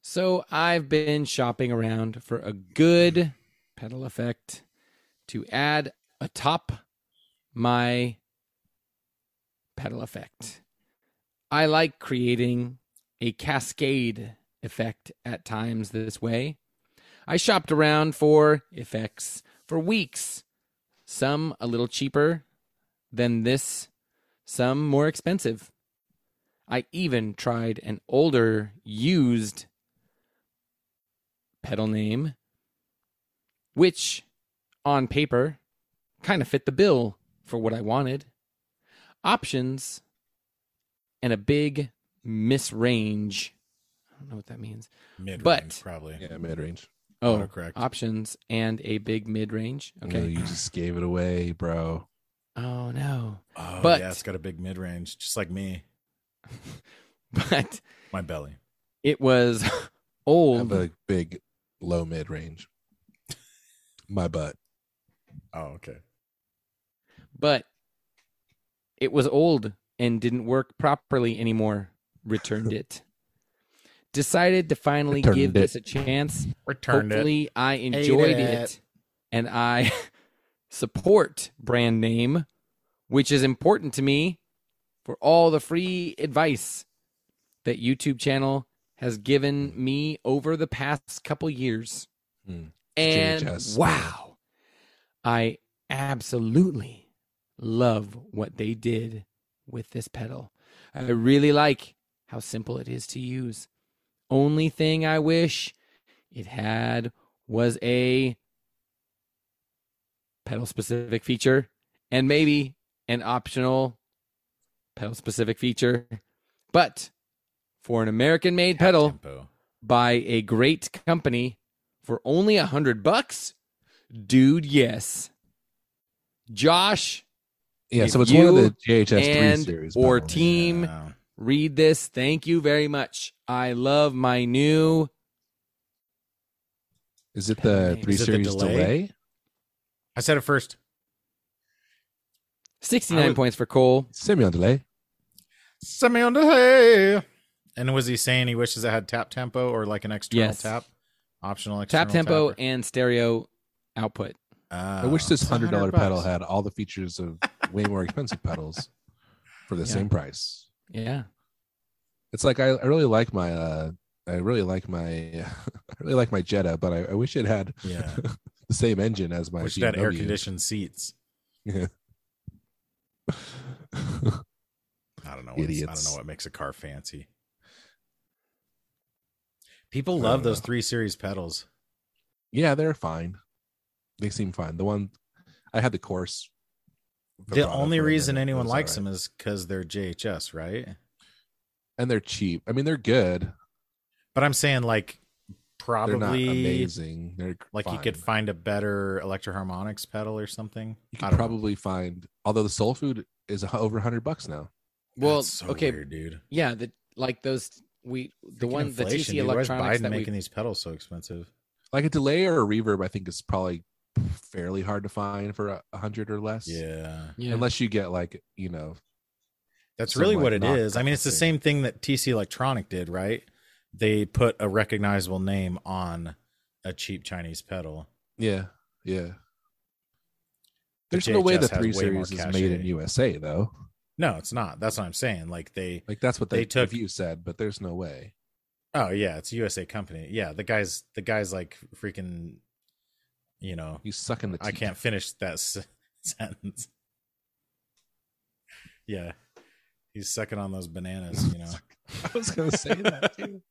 S2: So I've been shopping around for a good pedal effect to add atop my pedal effect. I like creating a cascade effect at times this way. I shopped around for effects for weeks, some a little cheaper than this, some more expensive. I even tried an older, used pedal name, which on paper kind of fit the bill for what I wanted. Options and a big misrange. I don't know what that means.
S3: Mid
S2: But-
S3: probably.
S1: Yeah, mid range.
S2: Oh,
S3: Autocorrect.
S2: options and a big mid range.
S1: Okay.
S2: Okay.
S1: you just gave it away, bro.
S2: Oh no.
S3: Oh,
S2: but-
S3: yeah, it's got a big mid range, just like me.
S2: But
S3: My belly.
S2: it was
S1: Have
S2: old.
S1: a big low mid range. My butt.
S3: Oh, okay.
S2: but it was old and didn't work properly anymore. Returned it. Decided to finally
S1: Returned
S2: give
S1: it.
S2: this a chance.
S3: Returned
S2: Hopefully, I enjoyed it.
S3: it.
S2: and I support brand name, which is important to me for all the free advice that YouTube channel has given me over the past couple years.
S1: Mm.
S2: And
S1: JHS.
S2: wow, I absolutely love what they did with this pedal. I really like how simple it is to use. Only thing I wish it had was a pedal specific feature and maybe an optional pedal specific feature. But for an American made pedal,
S3: Tempo.
S2: by a great company for only a hundred bucks? Dude, yes. Josh,
S1: Yeah,
S2: If
S1: so it's one of
S2: you
S1: the JHS three
S2: and
S1: series
S2: or
S1: pedals.
S2: team- Team.
S3: Yeah.
S2: read this. Thank you very much. I love my new.
S1: Is it the three
S3: Is it the
S1: series
S3: delay?
S1: delay?
S3: I said it first.
S2: 69
S3: I would-
S2: points for Cole.
S1: Semi on delay.
S3: Send me on the hay. And was he saying he wishes it had tap tempo or like an external
S2: Yes.
S3: tap? Optional external
S2: Tap tempo
S3: Tap. Ah.
S2: and stereo output.
S1: I wish this
S3: it's
S1: hundred dollar
S3: 100
S1: pedal
S3: bucks.
S1: had all the features of way more expensive pedals for the
S2: Yeah.
S1: same price.
S2: Yeah.
S1: It's like I, I really like my uh I really like my I really like my Jetta, but I, I wish it had
S3: Yeah.
S1: the same engine as my
S3: wish it had air
S1: BMW.
S3: conditioned seats. I don't know. What's, I don't
S1: Idiots.
S3: know what makes a car fancy. People
S1: I
S3: love
S1: don't
S3: those
S1: know.
S3: three series pedals.
S1: yeah, they're fine. They seem fine. The one I had the course.
S3: The, only reason anyone likes
S1: them.
S3: them is because they're JHS, right?
S1: and they're cheap. I mean, they're good.
S3: But I'm saying like
S1: They're not
S3: probably
S1: amazing. They're
S3: like you could
S1: fine.
S3: find a better electroharmonics pedal or something.
S1: You
S3: I
S1: could
S3: don't know.
S1: probably find, although the soul food is a hu- over hundred bucks now.
S2: Well,
S3: That's so
S2: okay.
S3: weird, dude.
S2: Yeah. The, like those, we, the
S3: Freaking
S2: one, the
S3: inflation,
S2: TC
S3: dude. Why is
S2: electronics
S3: Biden
S2: that we,
S3: making these pedals so expensive?
S1: Like a delay or a reverb, I think is probably fairly hard to find for a a hundred or less.
S3: Yeah,
S2: yeah.
S1: Unless you get like you know,
S3: that's
S1: Some,
S3: really
S1: like,
S3: what it
S1: knockoff
S3: is. I mean, it's the
S1: thing.
S3: same thing that TC Electronic did, right? They put a recognizable name on a cheap Chinese pedal.
S1: yeah, yeah.
S3: The
S1: There's no way the
S3: JHS has
S1: three
S3: way more
S1: series is made in
S3: cachet.
S1: USA though.
S3: No, it's not. That's what I'm saying. Like they,
S1: Like that's what the
S3: They took-
S1: review said, but there's no way.
S3: oh yeah, it's a USA company. Yeah, the guys, the guys like freaking, you know,
S1: You suck in the.
S3: I
S1: teeth.
S3: can't finish that s- sentence. Yeah, he's sucking on those bananas, you know.
S1: I was gonna say that too.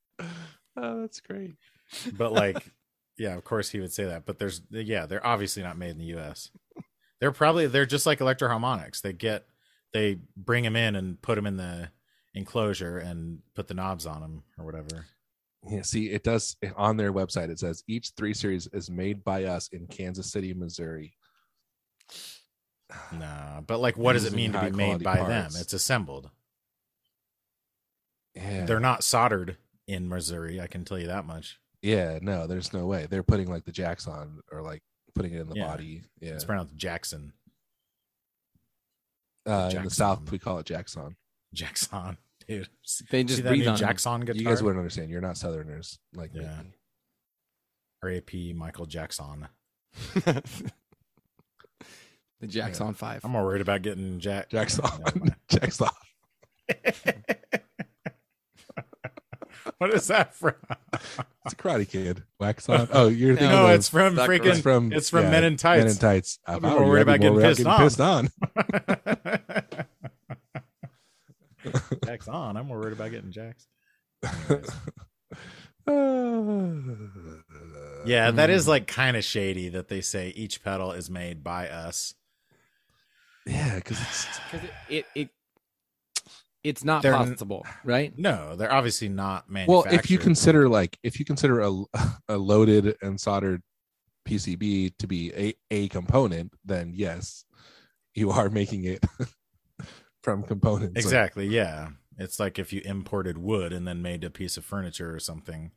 S1: Oh, that's great.
S3: but like yeah of course he would say that but there's yeah they're obviously not made in the us they're probably they're just like electroharmonics they get they bring them in and put them in the enclosure and put the knobs on them or whatever
S1: Yeah, see, it does on their website. It says each three series is made by us in Kansas City, Missouri.
S3: Nah, but like, what does it
S1: Using
S3: mean to be made
S1: high-quality
S3: by
S1: parts.
S3: them? It's assembled.
S1: Yeah,
S3: They're not soldered in Missouri. I can tell you that much.
S1: yeah, no, there's no way they're putting like the jacks on or like putting it in the
S3: Yeah.
S1: body. Yeah,
S3: It's pronounced Jackson.
S1: uh, in
S3: Jackson.
S1: the South we call it Jackson.
S3: Jackson, dude.
S2: They
S3: See
S2: just
S3: that new
S2: breathe on 'em.
S3: Jackson guitar
S1: You guys wouldn't understand. You're not Southerners like
S3: Yeah.
S1: me.
S3: R.A.P. Michael Jackson.
S2: the Jack's
S1: Yeah.
S2: on five.
S3: I'm more worried about getting Jack
S1: Jackson,
S3: Never mind.
S1: Jackson.
S3: what is that from?
S1: It's a Karate Kid. Wax on. Oh, you're thinking
S3: No,
S1: of-
S3: it's from
S2: Zac
S1: it's
S3: freaking.
S1: from
S3: It's from Men in Tights.
S1: Men in Tights. If
S3: I'd be
S1: I
S3: more
S1: were you,
S3: worried
S1: I'd be
S3: about getting
S1: more worried
S3: pissed off.
S1: on.
S3: Jack's on. I'm more worried about getting Jack's. Yeah, that
S1: Hmm.
S3: is like kind of shady that they say each pedal is made by us.
S1: yeah, because it's
S2: Because it, it, it, it's not
S3: They're n-
S2: possible, right?
S3: No, they're obviously not
S1: well,
S3: manufactured.
S1: if you consider like if you consider a a loaded and soldered PCB to be a a component, then yes, you are making it from components. Like,
S3: exactly, yeah, it's like if you imported wood and then made a piece of furniture or something.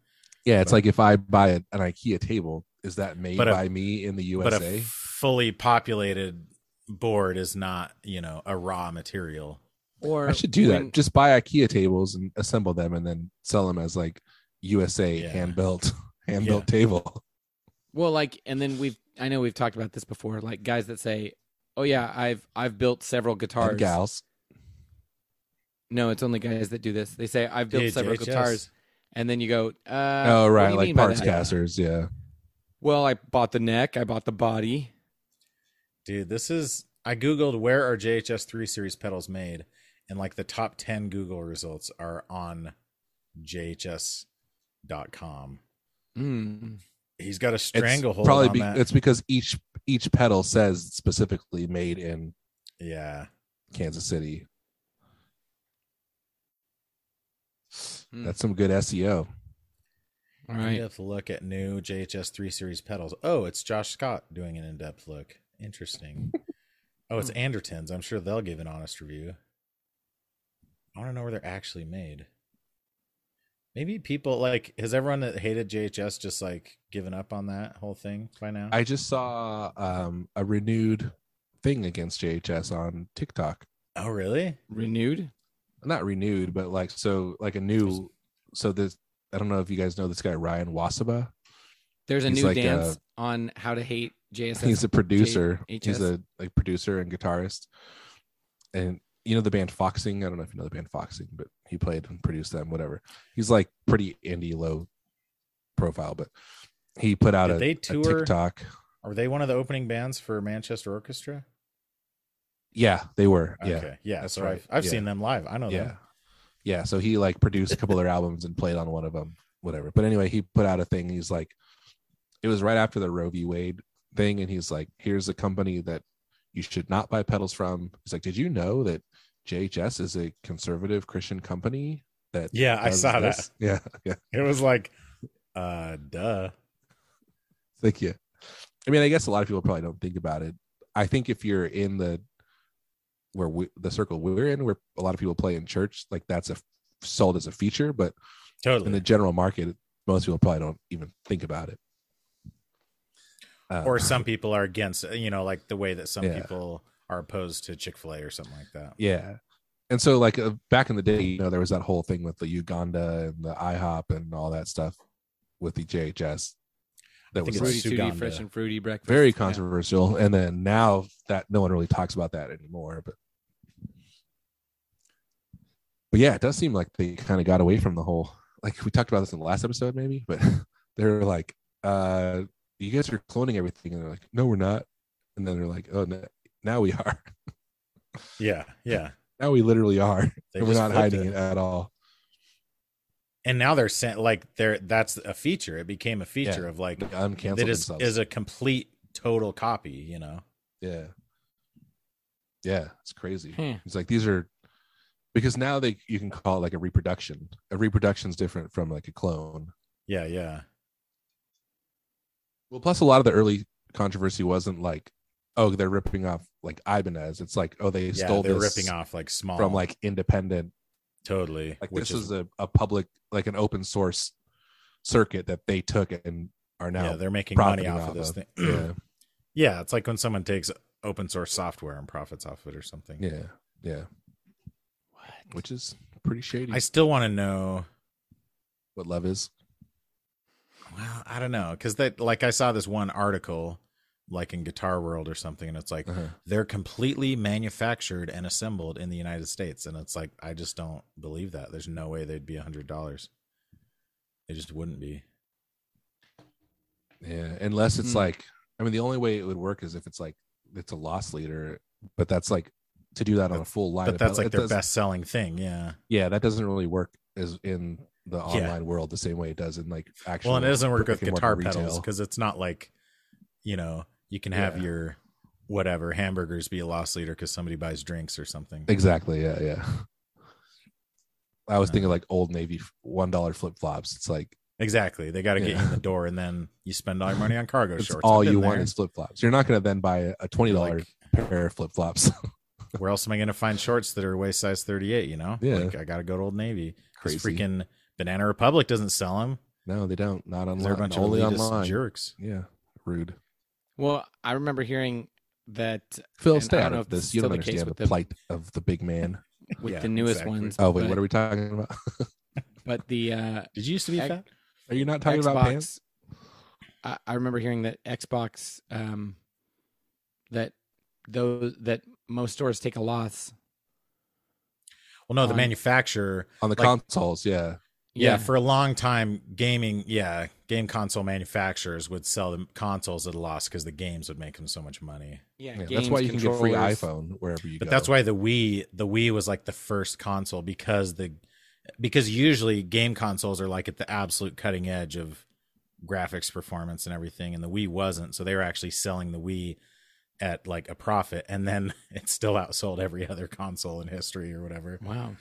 S1: yeah, it's like if I buy an IKEA table, is that made
S3: But a-
S1: by me in the
S3: But
S1: USA?
S3: a fully populated board is not, you know, a raw material.
S2: Or
S1: I should do
S2: when-
S1: that. Just buy IKEA tables and assemble them, and then sell them as like USA
S3: Yeah.
S1: hand built, hand built table.
S2: Well, like, and then we've, I know we've talked about this before, like guys that say, oh yeah, I've, I've built several guitars.
S1: And gals,
S2: No, it's only guys that do this. They say, I've built
S3: DHHS.
S2: several guitars. And then you go, uh,
S1: oh
S2: what do
S1: right,
S2: you
S1: like
S2: mean by
S1: parts
S2: that?
S1: casters. Yeah,
S2: Well, I bought the neck, I bought the body.
S3: Dude, this is I googled where are JHS 3 series pedals made and like the top 10 Google results are on jhs.com.
S2: Mm.
S3: He's got a
S1: It's
S3: stranglehold
S1: probably
S3: on
S1: be,
S3: that.
S1: it's because each each pedal says specifically made in
S3: yeah.
S1: Kansas City.
S2: Hmm.
S1: That's some good E SEO.
S2: All
S3: In
S2: right.
S3: depth look at new JHS 3 series pedals. Oh, it's Josh Scott doing an in depth look. Interesting. oh,
S1: Hmm.
S3: it's Andertons. I'm sure they'll give an honest review. I want to know where they're actually made. Maybe people like, has everyone that hated JHS just like given up on that whole thing by now?
S1: I just saw um, a renewed thing against JHS on TikTok.
S3: oh, really?
S2: Renewed?
S1: Not renewed, but like so like a new. So this I don't know if you guys know this guy Ryan Wasaba.
S2: There's a
S1: He's
S2: new
S1: like,
S2: dance on how to hate JSS.
S1: he's a producer.
S2: JHS.
S1: He's a like producer and guitarist. And you know the band Foxing. I don't know if you know the band Foxing, but he played and produced them. Whatever. He's like pretty indie, low profile, but he put out
S3: Did
S1: a,
S3: they
S1: a
S3: tour-
S1: TikTok.
S3: Are they one of the opening bands for Manchester Orchestra?
S1: Yeah, they were. Yeah,
S3: Okay. Yeah.
S1: that's
S3: so
S1: right.
S3: I've, I've
S1: Yeah.
S3: seen them live. I know
S1: yeah,
S3: them.
S1: yeah. So he like produced a couple of their albums and played on one of them. Whatever. But anyway, he put out a thing. He's like, it was right after the Roe v. Wade thing, and he's like, here's a company that you should not buy pedals from. He's like, did you know that JHS is a conservative Christian company that
S3: Yeah. I
S1: does
S3: saw
S1: this? Yeah, yeah.
S3: that. It was like, uh, duh.
S1: Thank you. I mean, I guess a lot of people probably don't think about it. I think if you're in the where we, the circle we're in, where a lot of people play in church, like that's a sold as a feature, but
S3: Totally.
S1: in the general market, most people probably don't even think about it. Uh,
S3: or some people are against you know like the way that some
S1: Yeah.
S3: people are opposed to chick-fil-a or something like that
S1: yeah, and so like uh, back in the day, you know, there was that whole thing with the Uganda and the IHOP and all that stuff with the JHS. That
S3: think
S1: was like,
S3: it's
S2: Fruity Tooty,
S3: Suganda.
S2: fresh and fruity breakfast.
S1: very
S2: Yeah.
S1: controversial, and then now that no one really talks about that anymore, but. But yeah, it does seem like they kind of got away from the whole like we talked about this in the last episode maybe, but they're like, uh, you guys are cloning everything and they're like, no, we're not. And then they're like, oh, no, now we are.
S3: yeah yeah
S1: Now we literally are.
S3: they
S1: and we're
S3: just
S1: not
S3: flipped
S1: hiding it. at all.
S3: and now they're sent like they're that's a feature it became a feature of like
S1: Like, uncancel
S3: that is
S1: themselves.
S3: is a complete total copy you know
S1: yeah. Yeah, it's crazy.
S2: Hmm.
S1: It's like these are because now they you can call it like a reproduction. A reproduction's different from like a clone.
S3: Yeah, yeah.
S1: Well, plus a lot of the early controversy wasn't like, oh, they're ripping off like Ibanez. It's like, oh, they
S3: yeah
S1: stole
S3: they're
S1: this
S3: ripping off like small
S1: from like independent.
S3: totally.
S1: Like
S3: which
S1: this is a, a public, like an open source circuit that they took and are now.
S3: yeah, they're making money
S1: profiting
S3: off of this thing.
S1: yeah,
S3: yeah, it's like when someone takes open source software and profits off of it or something.
S1: yeah, yeah.
S2: What?
S1: Which is pretty shady.
S3: I still want to know
S1: what love is?
S3: Well, I don't know because that like I saw this one article like in Guitar World or something, and it's like
S1: Uh-huh.
S3: they're completely manufactured and assembled in the United States, and it's like I just don't believe that. There's no way they'd be a hundred dollars. They just wouldn't be.
S1: Yeah, unless it's
S3: Mm-hmm.
S2: Hmm.
S1: like, I mean, the only way it would work is if it's like it's a loss leader, but that's like to do that on a full line.
S3: But
S1: of
S3: that's
S1: bill-
S3: like
S1: it
S3: their
S1: doesn't-
S3: best selling thing, yeah.
S1: Yeah, that doesn't really work as in the online world the same way it does in like actual.
S3: Well, and it doesn't work with
S1: brick and
S3: guitar
S1: mortar
S3: pedals
S1: retail.
S3: because it's not like you know you can have
S1: Yeah.
S3: your whatever hamburgers be a loss leader because somebody buys drinks or something.
S1: Exactly. Yeah, yeah. I was
S3: Uh.
S1: thinking like old Navy f- one dollar flip flops. It's like
S3: Exactly. They got to get you in the door, and then you spend all your money on cargo
S1: it's
S3: shorts.
S1: all
S3: I've been
S1: you want
S3: there.
S1: is flip flops. You're not going to then buy a twenty dollar
S3: Like,
S1: pair of flip flops.
S3: where else am I going to find shorts that are waist size 38? You know,
S1: Yeah.
S3: like I got to go to Old Navy. 'Cause
S1: Crazy.
S3: freaking Banana Republic doesn't sell them.
S1: no, they don't. Not
S3: They're a
S1: online.
S3: bunch
S1: Only
S3: of elitist
S1: online.
S3: jerks.
S1: Yeah, rude.
S2: Well, I remember hearing that
S1: Phil,
S2: And
S1: stay
S2: I don't
S1: out
S2: know
S1: of
S2: if this
S1: this.
S2: is
S1: You don't
S2: still the case
S1: understand the,
S2: with the-
S1: plight of the big man.
S2: with
S3: Yeah,
S2: the newest
S3: exactly.
S2: ones.
S1: Oh wait,
S2: but,
S1: what are we talking about?
S2: But the uh,
S3: Did you used to be
S2: Ec-
S3: fat?
S1: Are you not talking
S2: Xbox,
S1: about pants?
S2: I, I remember hearing that Xbox, um, that those that most stores take a loss.
S3: Well, no, the
S2: Um,
S3: manufacturer.
S1: On the
S3: like-
S1: consoles, yeah.
S3: Yeah. for a long time, gaming, yeah, game console manufacturers would sell the consoles at a loss because the games would make them so much money.
S2: yeah.
S1: Yeah,
S2: games,
S1: that's why you can get free
S2: controllers.
S1: iPhone wherever you
S3: But
S1: go.
S3: that's why the Wii, the Wii was like the first console because the because usually game consoles are like at the absolute cutting edge of graphics performance and everything and the Wii wasn't, so they were actually selling the Wii at like a profit and then it still outsold every other console in history or whatever.
S2: Wow.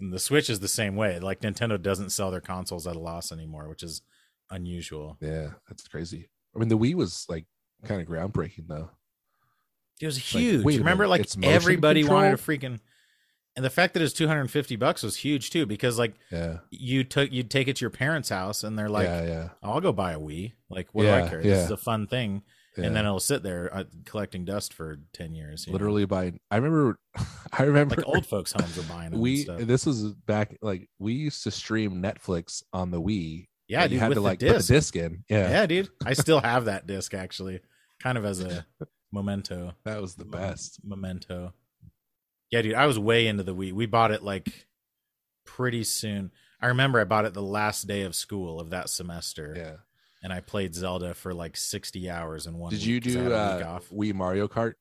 S3: And the Switch is the same way. Like Nintendo doesn't sell their consoles at a loss anymore, which is unusual.
S1: Yeah, that's crazy. I mean, the Wii was like kind of groundbreaking, though.
S3: It was
S1: Like,
S3: huge.
S1: wait a
S3: Remember,
S1: minute,
S3: like
S1: it's motion
S3: everybody wanted a
S1: control?
S3: freaking and the fact that it's 250 bucks was huge too because like
S1: Yeah,
S3: you took you'd take it to your parents' house and they're like,
S1: yeah, yeah,
S3: "I'll go buy a Wii." Like, what do I
S1: Yeah,
S3: care?
S1: yeah.
S3: This is a fun thing,
S1: yeah.
S3: and then it'll sit there uh, collecting dust for ten years. you know?
S1: literally by I remember, I remember
S3: like old folks' homes are buying them.
S1: we.
S3: and stuff.
S1: This was back like we used to stream Netflix on the Wii.
S3: yeah,
S1: and
S3: dude,
S1: you had
S3: with
S1: to like
S3: the
S1: put
S3: disc.
S1: the disc in. Yeah,
S3: yeah. dude, I still have that disc actually, kind of as a memento.
S1: that was the best.
S3: memento. Yeah, dude, I was way into the Wii. We bought it like pretty soon. I remember I bought it the last day of school of that semester,
S1: Yeah.
S3: and I played Zelda for like sixty hours in one.
S1: Did
S3: week
S1: you
S3: 'cause I had
S1: do
S3: a week
S1: uh, Wii Mario Kart?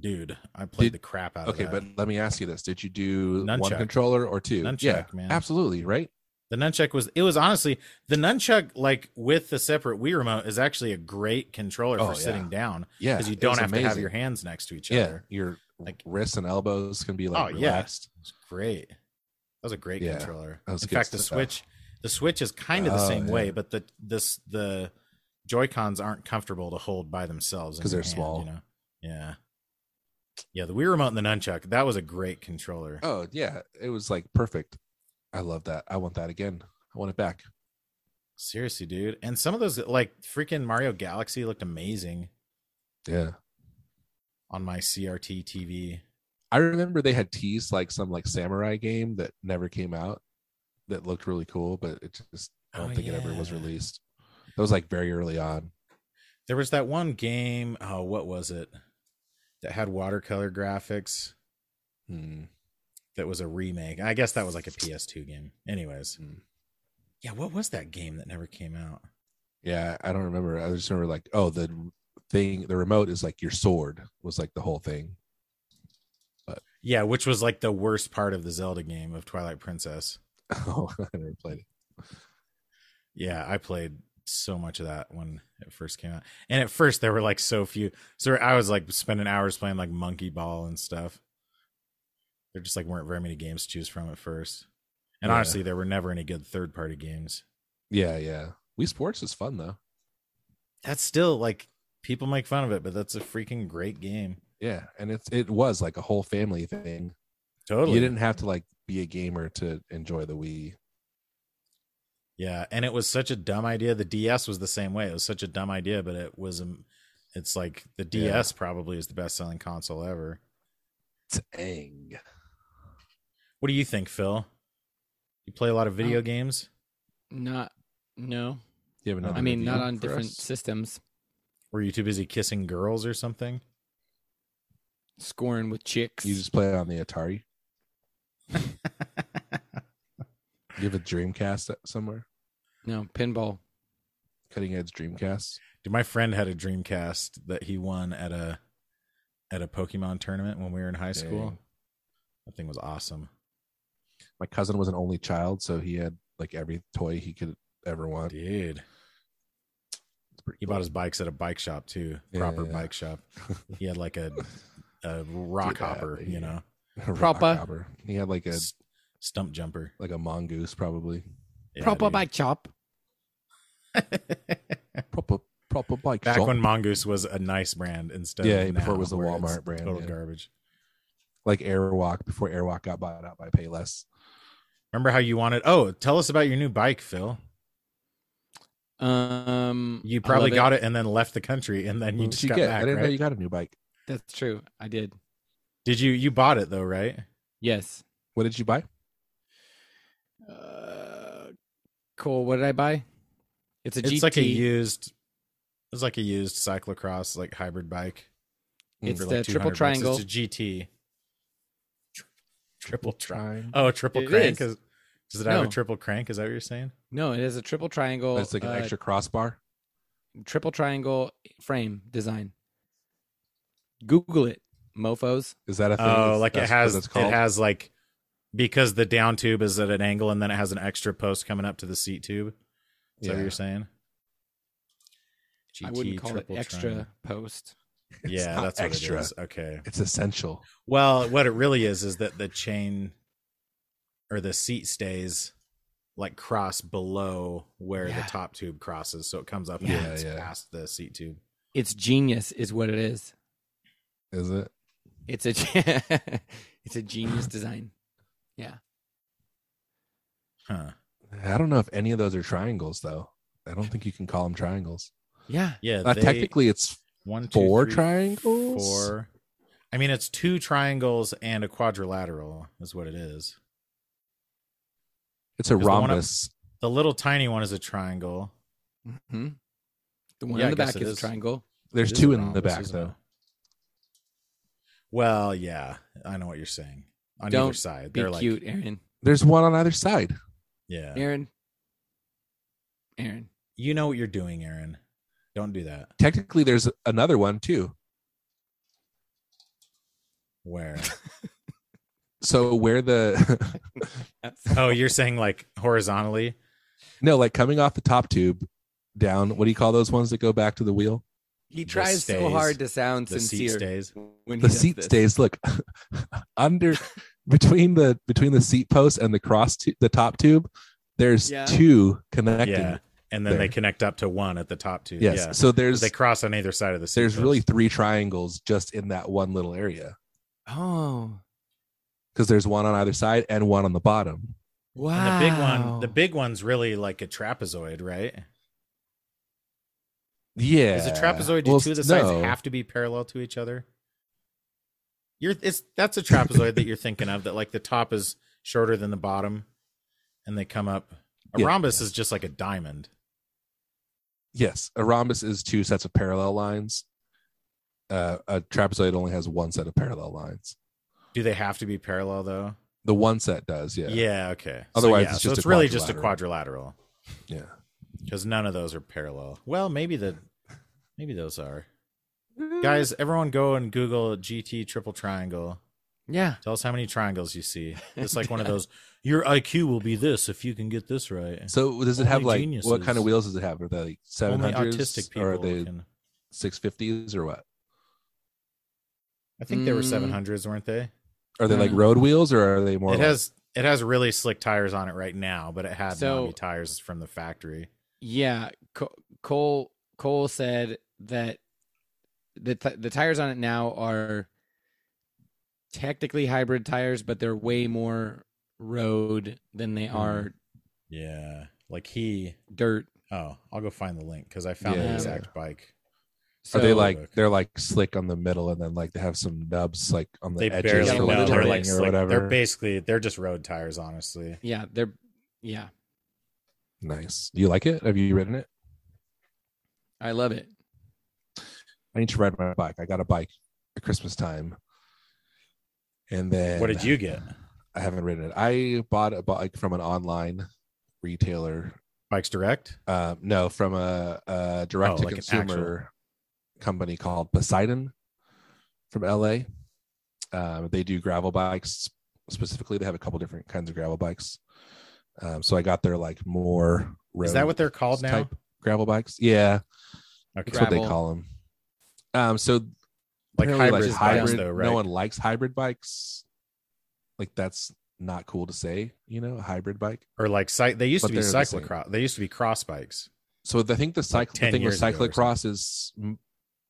S3: Dude, I played
S1: Did-
S3: the crap out
S1: Okay,
S3: of that.
S1: but let me ask you this: Did you do one
S3: Uh, Nunchuck.
S1: controller or two?
S3: Nunchuck,
S1: yeah,
S3: man.
S1: absolutely, right?
S3: the nunchuck was it was honestly the nunchuck like with the separate Wii remote is actually a great controller
S1: Oh,
S3: for
S1: yeah.
S3: sitting down
S1: Yeah,
S3: because you
S1: it was
S3: don't have to have
S1: amazing.
S3: your hands next to each
S1: Yeah,
S3: other.
S1: your
S3: Like-
S1: wrists and elbows can be like
S3: Oh, yeah.
S1: relaxed.
S3: It's great. That was a great
S1: Yeah,
S3: controller.
S1: that was
S3: In
S1: good
S3: fact, the
S1: stuff.
S3: Switch, the Switch is kind of the
S1: Oh,
S3: same
S1: yeah.
S3: way, but the this the Joy Cons aren't comfortable to hold by themselves in
S1: 'Cause
S3: your
S1: they're
S3: hand,
S1: small.
S3: You know? Yeah, yeah. The Wii Remote and the Nunchuck. That was a great controller.
S1: Oh yeah, it was like perfect. I love that. I want that again. I want it back.
S3: Seriously, dude. And some of those like freaking Mario Galaxy looked amazing
S1: Yeah.
S3: on my CRT TV.
S1: I remember they had teased like some like samurai game that never came out that looked really cool, but it just I don't
S3: Oh,
S1: think it ever was
S3: yeah.
S1: released. That was like very early on.
S3: There was that one game. Oh, what was it? That had watercolor graphics.
S1: Hmm.
S3: that was a remake. I guess that was like a PS2 game. Anyways.
S1: Hmm.
S3: Yeah, what was that game that never came out?
S1: Yeah, I don't remember. I just remember like, oh, the thing, the remote is like your sword was like the whole thing.
S3: Yeah, which was like the worst part of the Zelda game of Twilight Princess.
S1: Oh, I never played it.
S3: Yeah, I played so much of that when it first came out. And at first there were like so few. So I was like spending hours playing like Monkey Ball and stuff. There just like weren't very many games to choose from at first, and
S1: Yeah.
S3: honestly, there were never any good third party games.
S1: Yeah, yeah. Wii Sports is fun though.
S3: That's still like people make fun of it, but that's a freaking great game.
S1: Yeah, and it's it was like a whole family thing.
S3: Totally,
S1: You didn't have to like be a gamer to enjoy the Wii.
S3: Yeah, and it was such a dumb idea. The DS was the same way. It was such a dumb idea, but it was um, it's like the
S1: Yeah.
S3: DS probably is the best-selling console ever.
S1: Dang.
S3: What do you think, Phil? You play a lot of video
S2: Um,
S3: games?
S2: Not no.
S1: You have another
S2: I mean,
S1: review
S2: not on
S1: for
S2: different
S1: us?
S2: systems.
S3: Were you too busy kissing girls or something?
S2: Scoring with chicks.
S1: You just play it on the Atari. You have a Dreamcast somewhere.
S2: no pinball.
S1: Cutting Edge Dreamcast.
S3: Dude, my friend had a Dreamcast that he won at a at a Pokemon tournament when we were in high school.
S1: Dang.
S3: That thing was awesome.
S1: My cousin was an only child, so he had like every toy he could ever want.
S3: Dude,
S1: It's pretty
S3: he
S1: cool.
S3: bought his bikes at a bike shop too.
S1: Yeah,
S3: Proper
S1: yeah.
S3: bike shop. He had like a a rock
S1: that,
S3: hopper,
S1: yeah.
S3: you know.
S1: A rock
S2: Proper.
S1: hopper. He had like a
S3: S- stump jumper.
S1: like a mongoose probably.
S3: Yeah,
S2: Proper
S3: dude.
S2: bike chop.
S1: Proper proper bike
S3: Back
S1: shop.
S3: when Mongoose was a nice brand instead
S1: Yeah,
S3: of
S1: before it
S3: now,
S1: was a
S3: where it's
S1: Walmart brand,
S3: Total
S1: yeah.
S3: garbage.
S1: like Airwalk before Airwalk got bought out by Payless.
S3: Remember how you wanted oh, tell us about your new bike, Phil.
S2: Um,
S3: You
S2: I
S3: probably
S2: love
S3: got it. and then left the country and then you
S1: What
S3: just
S1: did
S3: got
S1: get? I
S3: back,
S1: didn't
S3: right?
S1: know you got a new bike.
S2: That's true. I did.
S3: Did you you bought it though, right?
S2: Yes.
S1: What did you buy?
S2: Uh, cool. What did I buy? It's a
S3: It's
S2: GT.
S3: like a used it's like a used cyclocross like hybrid bike.
S2: It's
S3: for,
S2: the
S3: like,
S2: triple
S3: 200 bucks.
S2: triangle.
S3: It's a GT. Tri- Triple tri-
S1: Trying.
S3: Oh, triple
S2: It
S3: crank
S2: is.
S3: is does it have a
S2: No.
S3: triple crank? Is that what you're saying?
S2: no, it has a triple triangle.
S1: That's like an
S2: uh,
S1: extra crossbar.
S2: triple triangle frame design. Google it, mofo's.
S1: Is that a thing?
S3: Oh,
S1: That's-
S3: like it
S1: that's what
S3: has
S1: it's
S3: it
S1: called?
S3: has like because the down tube is at an angle and then it has an extra post coming up to the seat tube. Is that what
S1: Yeah.
S3: you're saying?
S2: I
S3: GT
S2: wouldn't call it
S3: triple
S2: extra
S3: triangle.
S2: post.
S1: It's
S3: Yeah,
S1: not
S3: that's
S1: extra.
S3: what it is. Okay.
S1: It's essential.
S3: Well, what it really is is that the chain or the seat stays like cross below where
S2: Yeah.
S3: the top tube crosses, so it comes up
S1: Yeah,
S3: and it's
S1: yeah.
S3: past the seat tube.
S2: It's genius, is what it is.
S1: Is it?
S2: It's a it's a genius design.
S3: Huh.
S1: I don't know if any of those are triangles though. I don't think you can call them triangles.
S2: Yeah,
S3: Yeah,
S1: Uh,
S3: they-
S1: technically, it's
S3: one, two,
S1: four
S3: three,
S1: triangles.
S3: Four. I mean, it's two triangles and a quadrilateral is what it is.
S1: It's a
S3: Because the one up-
S1: rhombus.
S3: The little tiny one is a triangle.
S2: hmm the one
S3: Yeah,
S2: in
S3: I
S2: the
S3: guess
S2: back
S3: it
S2: is, a
S3: is.
S2: triangle.
S1: There's
S3: It is
S1: two
S3: a
S1: in the
S3: rhombus,
S1: back
S3: isn't it?
S1: though.
S3: Well, yeah, I know what you're saying. On
S2: Don't
S3: either side,
S2: Be
S3: they're like,
S2: cute, Aaron.
S1: There's one on either side.
S3: yeah,
S2: Aaron. Aaron.
S3: you know what you're doing, Aaron. Don't do that.
S1: Technically, there's another one too.
S3: Where?
S1: So where the
S3: oh, you're saying like horizontally?
S1: no, like coming off the top tube down. What do you call those ones that go back to the wheel?
S2: He
S3: The
S2: tries so
S3: stays.
S2: hard to sound
S3: The seat
S2: sincere
S3: stays.
S2: when he
S1: the
S2: does
S1: seat
S2: this.
S1: stays look under between the between the seat post and the cross tu- the top tube there's
S2: Yeah.
S1: two connecting
S3: Yeah, and then
S1: There.
S3: they connect up to one at the top two.
S1: yes
S3: Yeah,
S1: so
S3: But
S1: there's
S3: they cross on either side of the. seat
S1: there's really
S3: post.
S1: three triangles just in that one little area
S2: Oh.
S1: because there's one on either side and one on the bottom
S2: Wow.
S3: And the big one, the big one's really like a trapezoid, right?
S1: yeah
S3: Is a trapezoid? Do
S1: Well,
S3: two of the
S1: no.
S3: sides have to be parallel to each other? You're it's that's a trapezoid that you're thinking of. That like the top is shorter than the bottom, and they come up. A
S1: Yeah.
S3: rhombus is just like a diamond.
S1: yes a rhombus is two sets of parallel lines uh, a trapezoid only has one set of parallel lines
S3: Do they have to be parallel though?
S1: the one set does yeah
S3: Yeah. okay.
S1: Otherwise,
S3: so, yeah,
S1: it's
S3: so
S1: just a
S3: it's really just a quadrilateral
S1: yeah
S3: because none of those are parallel. Well, maybe the maybe those are. Guys, everyone go and Google GT triple triangle.
S2: Yeah.
S3: Tell us how many triangles you see. It's like one of those. Your IQ will be this if you can get this right.
S1: so does it have
S3: Only
S1: like what
S3: geniuses.
S1: kind of wheels does it have are they like
S3: Only
S1: 700s
S3: autistic people.
S1: or are they
S3: can-
S1: six fifties or what?
S3: I think they were
S2: Mm.
S3: seven hundreds, weren't they?
S1: Are they like road wheels or are they more?
S3: it
S1: like-
S3: has it has really slick tires on it right now, but it had
S2: So-
S3: Nami tires from the factory.
S2: Yeah, Co- Cole Cole said that the t- the tires on it now are technically hybrid tires, but they're way more road than they are
S3: Yeah, like he.
S2: dirt.
S3: Oh, I'll go find the link because I found the
S2: Yeah.
S3: exact bike.
S2: So
S1: are they
S3: so-
S1: like they're like slick on the middle and then like they have some nubs like on the
S3: They
S1: edges
S3: barely
S1: for
S2: know.
S1: like
S3: They're
S1: turning
S3: like
S1: or
S3: slick.
S1: whatever?
S3: They're basically they're just road tires, honestly.
S2: yeah, they're yeah,
S1: nice. Do you like it? Have you ridden it?
S2: I love it.
S1: I need to ride my bike. I got a bike at Christmas time, and then
S3: What did you get?
S1: I haven't ridden it. I bought a bike from an online retailer.
S3: Bikes Direct.
S1: Uh, no, from a, a direct to
S3: Oh, like an
S1: consumer company called Poseidon from LA. Um, they do gravel bikes specifically. They have a couple different kinds of gravel bikes. Um, so I got their like more road
S3: Is that what they're called now?
S1: type gravel bikes. Yeah,
S3: Okay.
S1: that's what they
S2: Gravel.
S1: call them. Um, so
S3: Like
S1: apparently,
S3: hybrid,
S1: just
S3: bikes,
S1: hybrid-
S3: though, right?
S1: No one likes hybrid bikes. Like that's not cool to say, you know, a hybrid bike.
S3: or like cy- they used
S1: But
S3: to be
S1: they're the same.
S3: cyclocross. they used to be cross bikes.
S1: So the- I think the
S3: Like
S1: cycle
S3: 10
S1: the thing with
S3: years ago or
S1: cyclocross is mm,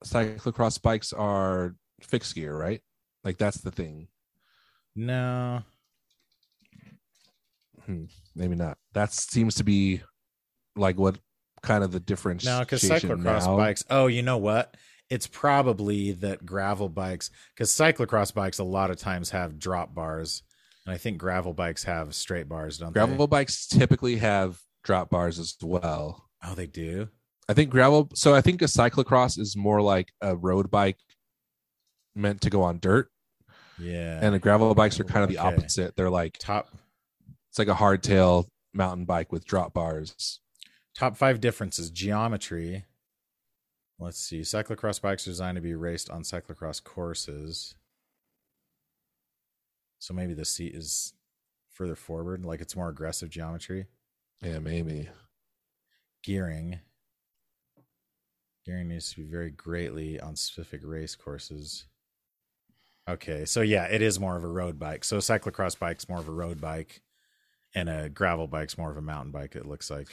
S1: cyclocross bikes are fixed gear, right? Like that's the thing.
S3: No,
S1: Maybe not. That seems to be like what kind of the difference.
S3: no, because cyclocross bikes. Oh, you know what? It's probably that gravel bikes because cyclocross bikes a lot of times have drop bars, and I think gravel bikes have straight bars, don't
S1: gravel bikes typically have drop bars as well.
S3: they? Oh, they do.
S1: I think gravel. So I think a cyclocross is more like a road bike meant to go on dirt,
S3: Yeah,
S1: and the gravel bikes are kind of the
S3: Okay.
S1: opposite. They're like
S3: top
S1: it's like a hardtail mountain bike with drop bars.
S3: top five differences: geometry. Let's see. Cyclocross bikes are designed to be raced on cyclocross courses. So maybe the seat is further forward, like it's more aggressive geometry.
S1: Yeah, maybe.
S3: gearing. Gearing needs to be very greatly on specific race courses. Okay, so yeah, it is more of a road bike. So a cyclocross bike's more of a road bike, and a gravel bike's more of a mountain bike. It looks like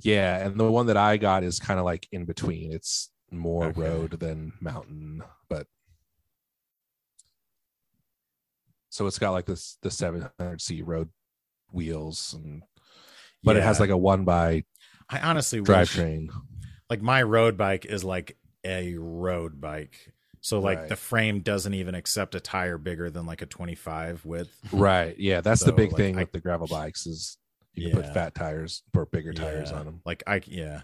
S1: Yeah, and the one that I got is kind of like in between. It's more
S3: Okay.
S1: road than mountain, but so it's got like this the 700c road wheels, and but it has
S3: Yeah.
S1: like a one by
S3: I honestly wish
S1: drivetrain.
S3: like my road bike is like a road bike. So like
S1: Right.
S3: the frame doesn't even accept a tire bigger than like a twenty five width.
S1: right? Yeah, that's the
S3: So,
S1: big
S3: like,
S1: thing
S3: I-
S1: with the gravel bikes is you can put
S3: Yeah.
S1: fat tires or bigger tires
S3: Yeah.
S1: on them.
S3: Like I yeah,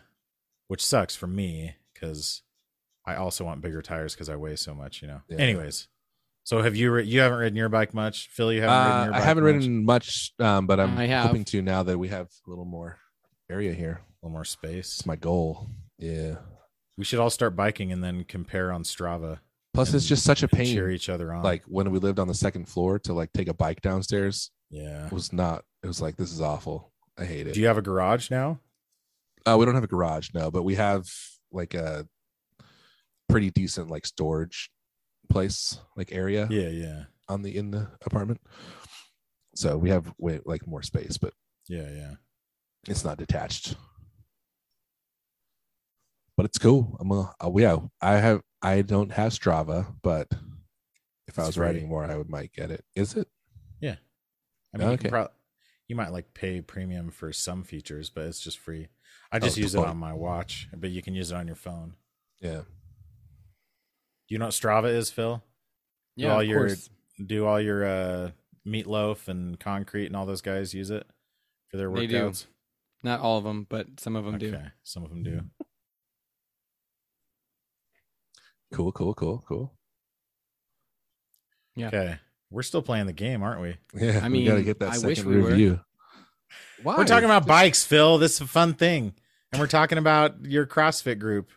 S3: which sucks for me because I also want bigger tires because I weigh so much. You know.
S1: Yeah.
S3: Anyways, so have you ri- you haven't ridden your bike much, Phil? You haven't ridden
S1: Uh,
S3: your
S1: I
S3: bike
S1: haven't
S3: much?
S1: ridden much, um, but I'm
S2: I have.
S1: hoping to now that we have a little more area here.
S3: a little more space.
S1: It's my goal. Yeah.
S3: We should all start biking and then compare on Strava.
S1: Plus, it's
S3: And-
S1: just such a
S3: and Cheer
S1: pain.
S3: each other on.
S1: Like when we lived on the second floor to like take a bike downstairs
S3: yeah.
S1: it was not. It was like this is awful. I hate it.
S3: Uh-huh. Do you have a garage now?
S1: uh, we don't have a garage, no, but we have like a pretty decent like storage place, like area
S3: Yeah, yeah,
S1: on the in the apartment. So we have way, like more space, but
S3: yeah, yeah.
S1: it's not detached. But it's cool. I'm a, uh, yeah. I have I don't have Strava, but if I
S3: It's
S1: was
S3: free.
S1: writing more, I would might get it. Is it?
S3: I mean, you,
S1: Okay.
S3: can prob- you might like pay premium for some features, but it's just free. I just
S1: Oh,
S3: use it
S1: totally.
S3: on my watch, but you can use it on your phone.
S1: Yeah.
S3: Do you know what Strava is, Phil?
S2: Yeah,
S3: Well,
S2: of
S3: you're-
S2: course.
S3: do all your uh meatloaf and concrete and all those guys use it for their
S2: They do.
S3: workouts?
S2: Not all of them, but some of them do.
S3: Okay, some of them do.
S1: Cool. Cool. Cool. Cool.
S2: Yeah.
S3: Okay, we're still playing the game, aren't we?
S1: Yeah.
S2: I
S1: we gotta
S2: mean,
S1: get that
S2: I
S1: second
S2: wish we were.
S1: review.
S2: Why?
S3: We're talking about bikes, Phil. This is a fun thing, and we're talking about your CrossFit group.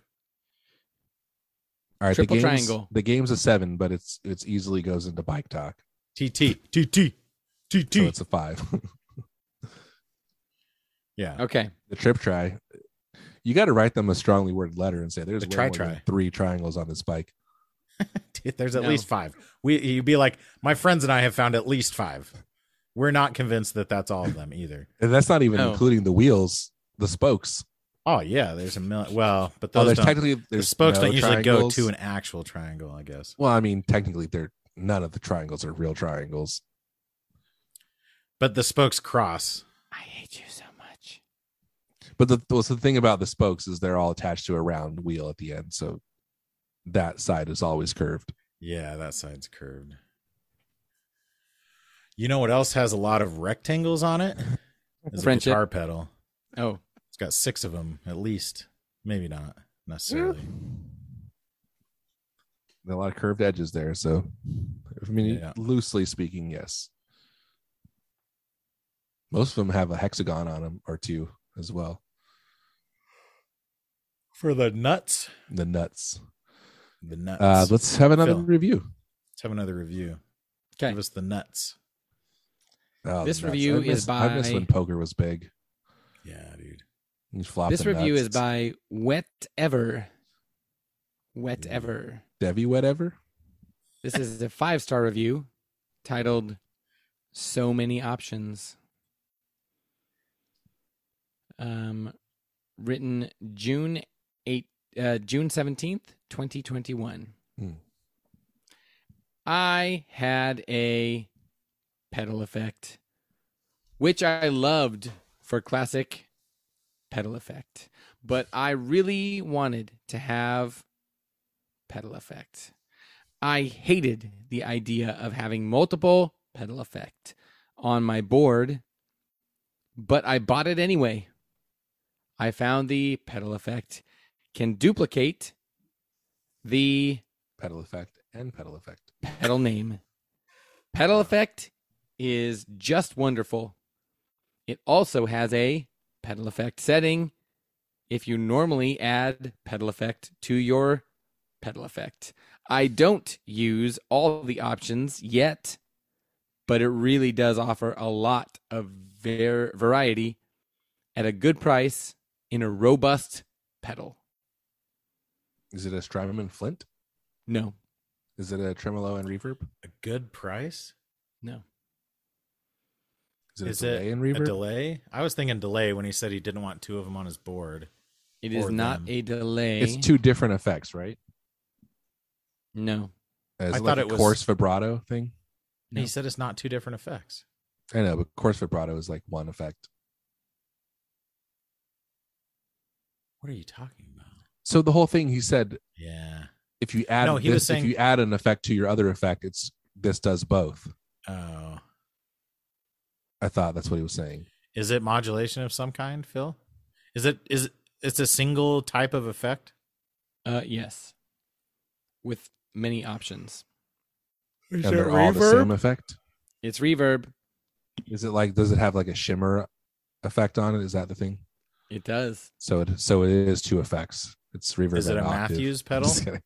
S1: All right.
S2: Triple
S1: the game's,
S2: triangle.
S1: The game's a seven, but it's it's easily goes into bike talk.
S3: TT TT
S1: So
S3: TT.
S1: it's a five.
S3: Yeah,
S2: Okay.
S1: the trip try. You got to write them a strongly worded letter and say there's
S3: The
S1: way
S3: try
S1: more than
S3: try.
S1: three triangles on this bike.
S3: Dude, there's at
S2: No.
S3: least five. We you'd be like, my friends and I have found at least five. We're not convinced that that's all of them either.
S1: And that's not even
S2: Oh.
S1: including the wheels, the spokes.
S3: Oh yeah, there's a million. Well, but
S1: Oh,
S3: those
S1: there's
S3: don't,
S1: technically
S3: the
S1: there's
S3: spokes
S1: no
S3: don't usually
S1: triangles.
S3: go to an actual triangle, I guess.
S1: Well, I mean, technically, they're none of the triangles are real triangles.
S3: But the spokes cross.
S2: I hate you so much.
S1: But the what's the thing about the spokes is they're all attached to a round wheel at the end, so that side is always curved.
S3: Yeah, that side's curved. You know what else has a lot of rectangles on it? Is a
S2: Friendship.
S3: guitar pedal.
S2: Oh,
S3: It's got six of them at least. Maybe not necessarily.
S1: And a lot of curved edges there. So, I mean,
S3: Yeah.
S1: loosely speaking, yes. Most of them have a hexagon on them or two as well.
S3: For the nuts.
S1: The nuts.
S3: The nuts.
S1: Uh, let's have another
S3: Phil.
S1: review.
S3: Let's have another review.
S2: 'Kay.
S3: Give us the nuts.
S1: Oh, the
S2: This
S1: nuts.
S2: review
S1: I
S2: is
S1: miss- I miss
S2: by-
S1: when poker was big.
S3: Yeah, dude.
S1: You flop
S2: this
S1: the
S2: review
S1: nuts.
S2: is by Wet Ever. Wet Ever.
S1: Devi Whatever.
S2: This is a five star review titled So Many Options. Um, written June 8, uh, June 17th, 2021.
S1: Hmm.
S2: I had a pedal effect, which I loved for classic pedal effect, but I really wanted to have pedal effect. I hated the idea of having multiple pedal effect on my board, but I bought it anyway. I found the pedal effect can duplicate the
S1: Pedal effect and pedal effect.
S2: pedal name. Pedal effect is just wonderful. It also has a pedal effect setting if you normally add pedal effect to your pedal effect. I don't use all the options yet, but it really does offer a lot of var- variety at a good price in a robust pedal.
S1: Is it a Strymon and Flint?
S2: No,
S1: Is it a tremolo and reverb?
S3: A good price?
S2: no.
S1: Is it
S3: Is
S1: a
S3: it
S1: delay and
S3: A
S1: reverb?
S3: delay? I was thinking delay when he said he didn't want two of them on his board.
S2: It is
S3: Or
S2: not
S3: them.
S2: a delay.
S1: It's two different effects, right?
S2: no.
S1: Is
S3: I
S1: it
S3: thought
S1: like a
S3: it was-
S1: coarse vibrato thing.
S2: No.
S3: He said it's not two different effects.
S1: I know, but coarse vibrato is like one effect.
S3: What are you talking about?
S1: So the whole thing he said,
S3: Yeah.
S1: if you add
S3: No, he was
S1: this-
S3: saying-
S1: if you add an effect to your other effect, it's this does both.
S3: Oh.
S1: I thought that's what he was saying.
S3: Is it modulation of some kind, Phil? Is it is it, it's a single type of effect?
S2: Uh, yes, with many options.
S3: Is
S1: and they're all the same effect.
S2: It's reverb.
S1: Is it like does it have like a shimmer effect on it? Is that the thing?
S2: It does.
S1: So it so it is two effects. It's reverb.
S3: Is it
S1: and
S3: a
S1: octave.
S3: Matthews
S1: I'm
S3: pedal?
S1: just kidding.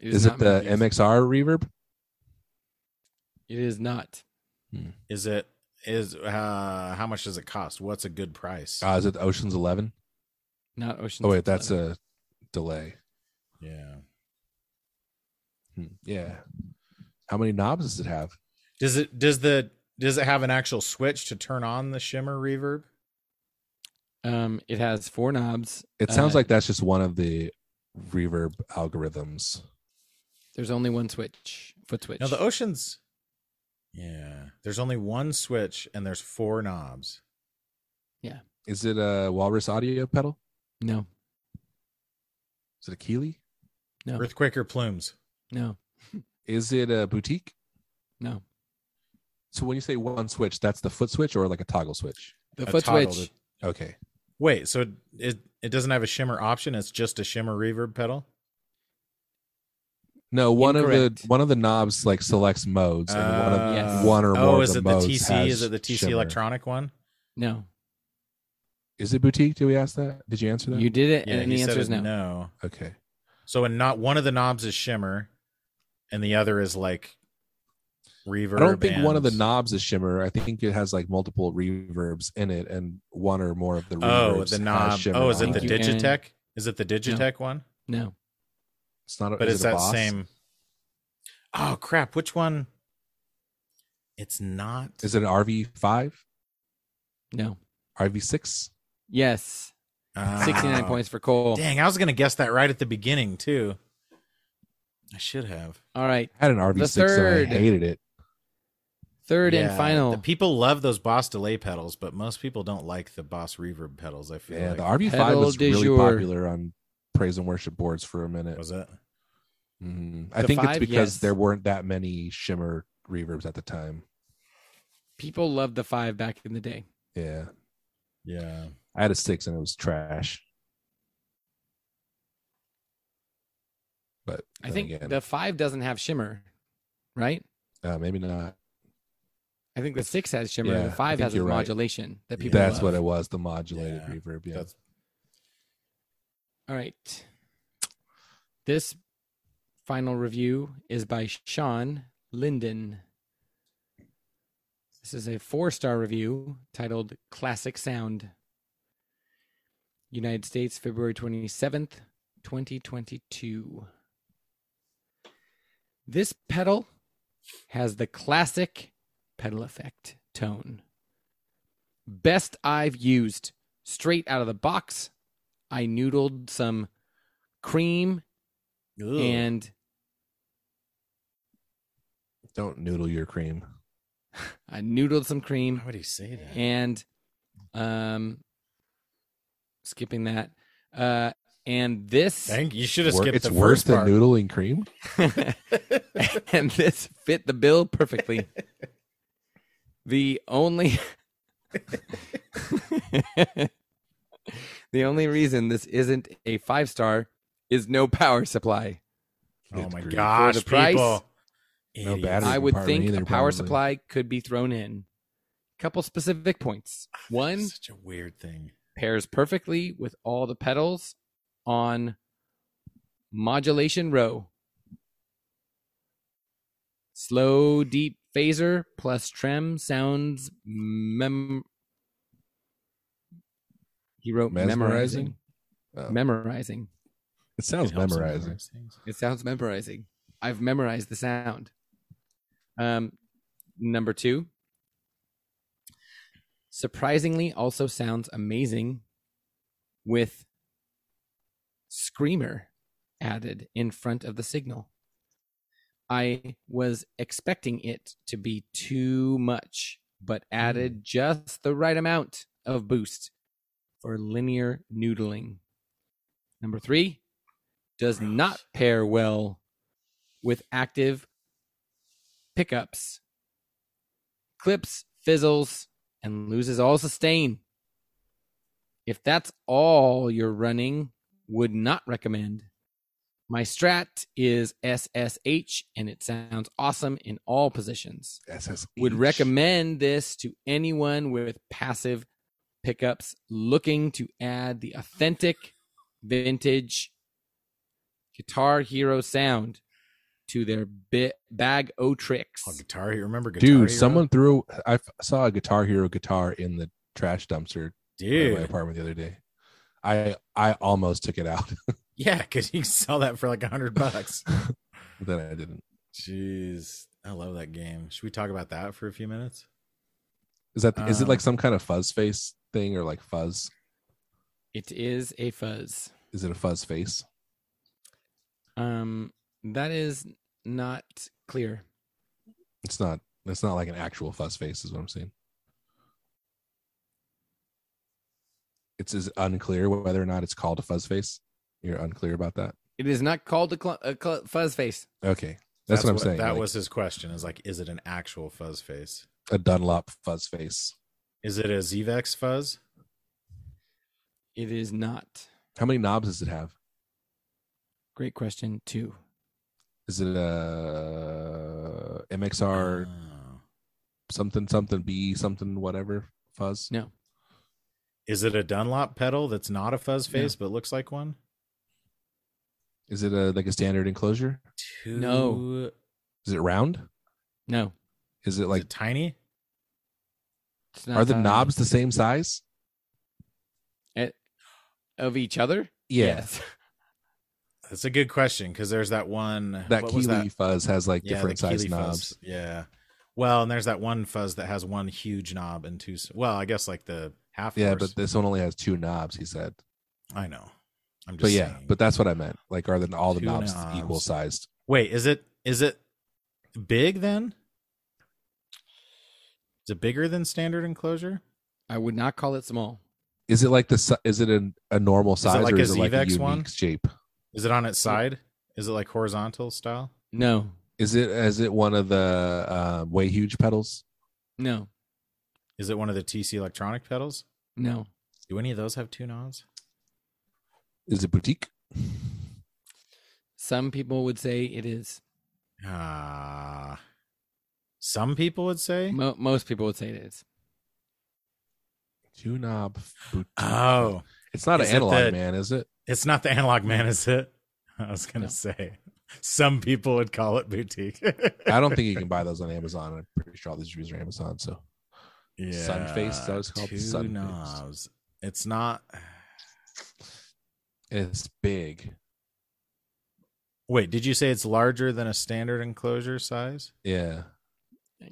S2: It
S1: Is it
S2: not
S1: the
S2: Matthews.
S1: MXR reverb?
S2: It is not.
S3: Is it is uh how much does it cost? What's a good price?
S1: Uh, is it the Ocean's Eleven?
S2: Not Ocean.
S1: Oh wait, that's a delay.
S3: yeah.
S1: Hmm, Yeah. How many knobs does it have?
S3: Does it does the does it have an actual switch to turn on the shimmer reverb?
S2: Um, it has four knobs.
S1: It sounds
S2: Uh,
S1: like that's just one of the reverb algorithms.
S2: There's only one switch, foot switch.
S3: No, the oceans. Yeah. There's only one switch and there's four knobs.
S1: Is it a Walrus audio pedal?
S2: no,
S1: Is it a Keeley?
S2: No.
S3: Earthquake or plumes.
S2: no,
S1: Is it a boutique?
S2: no.
S1: So when you say one switch, that's the foot switch or like a toggle switch?
S2: The
S3: A
S2: foot
S3: toggle
S2: switch.
S3: to-
S1: Okay.
S3: Wait, so it, it it doesn't have a shimmer option, it's just a shimmer reverb pedal?
S1: No, one of
S2: Incorrect. Uh,
S1: the one of the knobs like selects modes, and one of
S2: Yes.
S1: one or
S3: oh,
S1: more
S3: is
S1: of
S3: it
S1: the
S3: the
S1: modes
S3: TC?
S1: has
S3: Is it the TC
S1: shimmer.
S3: electronic one?
S2: No,
S1: Is it boutique? Did we ask that? Did you answer that?
S2: you did it, and
S3: he
S2: the
S3: said
S2: answer is no.
S3: it- no.
S1: okay.
S3: So and not one of the knobs is shimmer, and the other is like reverb.
S1: I don't think one of the
S3: and-
S1: knobs is shimmer. I think it has like multiple reverbs in it, and one or more of the reverbs
S3: Oh, the
S1: has
S3: knob.
S1: shimmer
S3: Oh, is
S1: on
S3: it the
S2: Thank you, Aaron.
S3: Digitech? Is it the Digitech one?
S2: No,
S1: It's not. A,
S3: but
S1: is
S3: it's
S1: it a
S3: that
S1: boss?
S3: same. Oh crap! Which one? It's not.
S1: Is it an RV five,
S2: No.
S1: RV six?
S2: Yes.
S3: Ah.
S2: 69 points for Cole.
S3: Dang, I was gonna guess that right at the beginning too. I should have.
S2: All right.
S1: I had an RV six
S2: third.
S1: and I hated it.
S2: Third
S3: Yeah,
S2: and final.
S3: The people love those Boss delay pedals, but most people don't like the Boss reverb pedals. I feel
S1: Yeah,
S3: like
S1: the RV five
S2: Pedal
S1: was
S2: du
S1: really
S2: jour.
S1: popular on praise and worship boards for a minute.
S3: was it.
S1: Mhm. I
S2: The
S1: think it's
S2: five?
S1: because
S2: Yes.
S1: there weren't that many shimmer reverbs at the time.
S2: people loved the five back in the day.
S1: Yeah,
S3: Yeah.
S1: I had a six and it was trash. But
S2: I
S1: then
S2: think
S1: again,
S2: the five doesn't have shimmer, right?
S1: uh, maybe not.
S2: I think the six has shimmer. and
S1: Yeah,
S2: the
S1: I
S2: five
S1: think
S2: has a
S1: you're right.
S2: modulation that people.
S1: That's
S2: love.
S1: what it was. The modulated
S3: Yeah,
S1: reverb. Yeah.
S3: that's-
S2: All right. This final review is by Sean Linden. This is a four star review titled Classic Sound. United States, February 27th, 2022. This pedal has the classic pedal effect tone. Best I've used. Straight out of the box, I noodled some cream
S3: Ooh.
S2: and
S1: Don't noodle your cream.
S2: I noodled some cream
S3: How would he say that?
S2: and um skipping that uh and this
S3: Dang, you should have
S1: Wor-
S3: skipped
S1: it's
S3: the
S1: worse
S3: first
S1: than
S3: part. Oh
S1: noodling cream.
S2: and this fit the bill perfectly. the only the only reason this isn't a five star is no power supply.
S3: oh my
S1: Good grief.
S3: gosh,
S2: For the price,
S3: people.
S1: no
S3: Idiots.
S1: battery.
S2: I
S1: Doesn't
S2: would
S1: power
S2: think
S1: me
S2: a
S1: either,
S2: power
S1: probably.
S2: supply could be thrown in. Couple specific points. One
S3: Such a weird thing.
S2: pairs perfectly with all the pedals on modulation row. Slow, deep phaser plus trem sounds mem. He wrote
S1: Mesmerizing?
S2: memorizing.
S1: Oh.
S2: Memorizing.
S1: It sounds
S3: It helps them
S1: memorizing.
S3: memorize things.
S2: It sounds memorizing. I've memorized the sound. Um, number two, surprisingly, also sounds amazing with screamer added in front of the signal. I was expecting it to be too much, but added just the right amount of boost for linear noodling. Number three, does
S3: Gross.
S2: not pair well with active pickups, clips, fizzles, and loses all sustain. If that's all you're running, would not recommend. My strat is SSH and it sounds awesome in all positions
S1: SSH.
S2: would recommend this to anyone with passive pickups looking to add the authentic vintage guitar hero sound to their bit bag o tricks
S3: Oh, guitar. Hero- Remember guitar?
S1: Dude,
S3: Hero?
S1: someone threw. I f- saw a Guitar Hero guitar in the trash dumpster in my
S3: Dude,
S1: apartment the other day. I I almost took it out,
S3: yeah, because you can sell that for like a hundred bucks.
S1: but then I didn't.
S3: Jeez, I love that game. Should we talk about that for a few minutes?
S1: Is that is it
S3: Um,
S1: like some kind of fuzz face thing or like fuzz?
S2: it is a fuzz
S1: Is it a fuzz face?
S2: um that is not clear
S1: It's not. It's not like an actual fuzz face. Is what I'm saying. It's is unclear whether or not it's called a fuzz face. You're unclear about that.
S2: it is not called a, cl- a cl- fuzz face
S1: Okay, that's, what I'm saying.
S3: That
S1: like,
S3: was his question. Is like, is it an actual fuzz face?
S1: a Dunlop fuzz face.
S3: Is it a Zvex fuzz?
S2: it is not
S1: How many knobs does it have?
S2: great question too
S1: Is it a MXR
S3: Oh.
S1: something something B something whatever fuzz?
S2: no
S3: Is it a Dunlop pedal that's not a fuzz face but looks like one?
S1: Is it a like a standard enclosure?
S3: Two.
S2: No.
S1: Is it round?
S2: no
S1: Is it
S3: Like
S1: like
S3: tiny?
S2: it's not
S1: are the
S2: that.
S1: knobs the same size?
S2: of each other
S1: Yeah.
S2: yes
S3: That's a good question because there's that one
S1: That
S3: what
S1: Keeley
S3: was
S1: fuzz has like
S3: Yeah, the
S1: different size
S3: Keeley
S1: knobs.
S3: fuzz. Yeah. Well, and there's that one fuzz that has one huge knob and two. s- Well, I guess like the half.
S1: Yeah,
S3: horse.
S1: but this one only has two knobs. He said.
S3: I know. I'm just.
S1: But yeah,
S3: saying.
S1: but that's what I meant. Like, are the all the
S3: Two
S1: knobs,
S3: knobs.
S1: equal sized?
S3: wait, is it is it big then? Is it bigger than standard enclosure?
S2: I would not call it small.
S1: Is it like the si- is it an, a normal size
S3: like
S1: or
S3: a
S1: is it like a
S3: Zevex
S1: unique
S3: one?
S1: shape?
S3: Is it on its side? Is it like horizontal style?
S2: No,
S1: Is it is it one of the uh, way huge pedals?
S2: no,
S3: Is it one of the TC electronic pedals?
S2: no.
S3: Do any of those have two knobs?
S1: Is it boutique?
S2: Some people would say it is.
S3: Ah. some people would
S1: Eh.
S3: say.
S2: Mo- most people would say it is.
S1: Two knob boutique.
S3: Oh,
S1: it's not
S3: is
S1: an
S3: it
S1: analog
S3: the-
S1: man, is it?
S3: it's not the analog man, is it? I was gonna
S2: No.
S3: say. Some people would call it boutique.
S1: I don't think you can buy those on Amazon. I'm pretty sure all these reviews are Amazon. So
S3: Yeah,
S1: Sunface, is that what it's called?
S3: Two
S1: Sunface.
S3: knobs. It's not.
S1: it's big.
S3: Wait, did you say it's larger than a standard enclosure size?
S1: Yeah,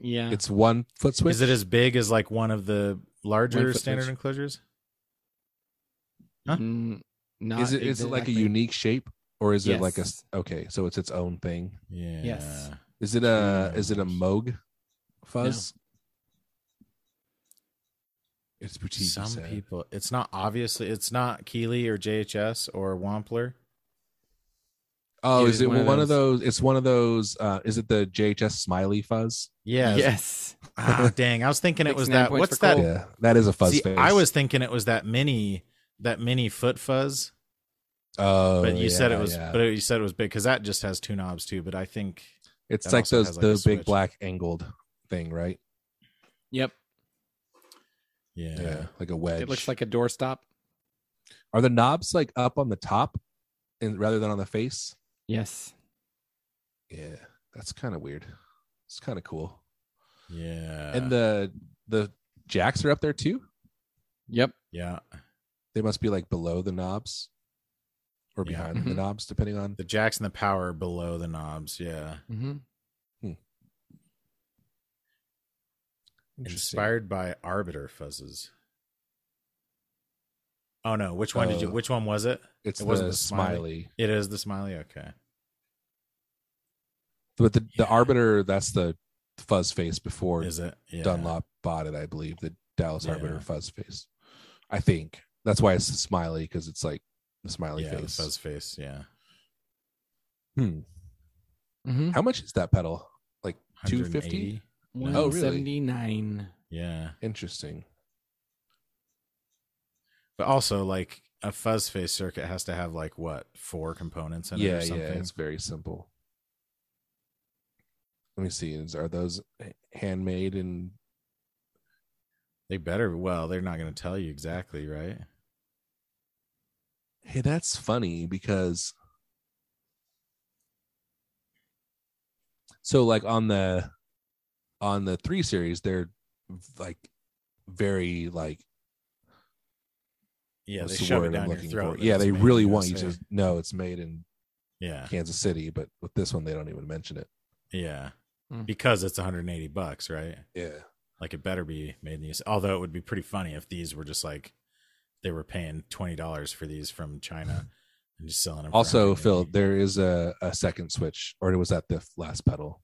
S2: Yeah.
S1: it's one foot switch.
S3: Is it as big as like one of the larger
S2: One foot
S3: standard
S2: switch.
S3: enclosures? huh?
S2: Mm, not
S1: is it is it like a
S2: exactly.
S1: unique shape or is it like a
S2: Yes.
S1: okay? So it's its own thing.
S3: Yeah.
S2: Yes.
S1: Is it a is it a
S3: Yes.
S1: Moog fuzz? It's boutique. you
S3: Some
S1: said.
S3: people. It's not obviously. It's not Keeley or JHS or Wampler.
S1: Oh,
S2: It
S1: is
S2: is
S1: it one, of those? It's one of those. Uh, is it the JHS smiley fuzz?
S3: Yeah.
S2: Yes.
S3: Ah, dang. I was thinking it
S2: Six
S3: was
S2: nine
S3: that.
S2: points
S3: What's
S2: for
S3: that?
S2: Cole.
S1: Yeah, that is a fuzz
S3: See,
S1: face.
S3: I was thinking it was that mini. That mini foot fuzz.
S1: Oh,
S3: But you said it
S1: yeah,
S3: was.
S1: yeah.
S3: But you said it was big because that just has two knobs too. But I think.
S1: it's
S3: that
S1: like
S3: also
S1: those
S3: has, like, a
S1: the big
S3: switch.
S1: black angled thing, right?
S2: Yep.
S3: Yeah.
S1: like a wedge.
S2: It looks like a doorstop.
S1: Are the knobs like up on the top, and rather than on the face?
S2: Yes.
S1: Yeah, that's kind of weird. It's kind of cool.
S3: Yeah.
S1: and the the jacks are up there too.
S2: Yep.
S3: yeah.
S1: They must be like below the knobs, or
S3: Yeah. Mm-hmm.
S1: behind the
S2: Mhm.
S1: knobs, depending on.
S3: The jacks and the power are below the knobs. Yeah.
S2: hmm
S1: Interesting.
S3: Inspired by Arbiter fuzzes. Oh no! Which one did you?
S1: Oh.
S3: Which one was it?
S1: It's
S3: It
S1: was
S3: wasn't the smiley.
S1: smiley.
S3: It is the smiley. Okay.
S1: But the,
S3: Yeah.
S1: the arbiter, that's the fuzz face before
S3: Is it yeah.
S1: Dunlop bought it, I believe. The Dallas
S3: Yeah.
S1: Arbiter fuzz face. I think that's why it's the smiley because it's like the smiley
S3: Yeah, the
S1: face.
S3: fuzz face. Yeah.
S1: Hmm.
S2: hmm
S1: How much is that pedal? Like 250?
S3: 180?
S1: Oh, really?
S2: 179.
S3: Yeah,
S1: Interesting.
S3: but also like a fuzz face circuit has to have like what four components in it
S1: yeah,
S3: or
S1: yeah,
S3: something.
S1: it's very simple. Let me see. Is, are those handmade and
S3: They better. Well, they're not going to tell you exactly, right?
S1: Hey, that's funny because so like on the on the 3 series they're like very like
S3: Yeah,
S1: what's
S3: they
S1: the
S3: shove it
S1: word I'm
S3: down your
S1: looking
S3: throat.
S1: for?
S3: that
S1: Yeah,
S3: it's
S1: they
S3: made in
S1: really want you
S3: USA.
S1: to know it's made in
S3: Yeah,
S1: Kansas City, but with this one they don't even mention it.
S3: yeah,
S2: Mm.
S3: because it's 180 bucks, right?
S1: Yeah.
S3: Like it better be made in the US. Although it would be pretty funny if these were just like they were paying twenty dollars for these from China and just selling them. for
S1: Also,
S3: 180.
S1: Phil, there is a, a second switch, or was that the f- last pedal?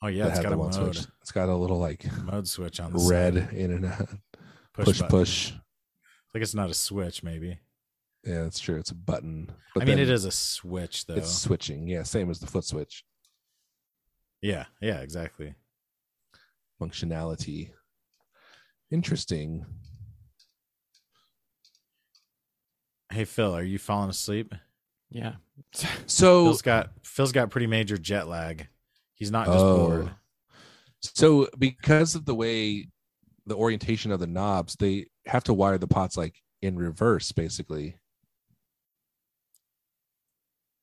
S3: Oh yeah,
S1: that
S3: it's
S1: had
S3: got
S1: the
S3: a
S1: one
S3: mode,
S1: switch. It's got a little like
S3: mode switch on the
S1: red
S3: side.
S1: in and out.
S3: push
S1: push.
S3: button.
S1: push.
S3: Like it's not a switch, maybe.
S1: Yeah, that's true. It's a button.
S3: I mean,
S1: then-
S3: it is a switch though.
S1: It's switching, yeah, same as the foot switch
S3: Yeah, yeah, exactly.
S1: functionality. Interesting.
S3: Hey Phil, are you falling asleep?
S2: Yeah.
S1: So,
S3: Phil's got Phil's got pretty major jet lag. He's not just
S1: Oh.
S3: bored.
S1: so because of the way the orientation of the knobs, they have to wire the pots like in reverse, basically,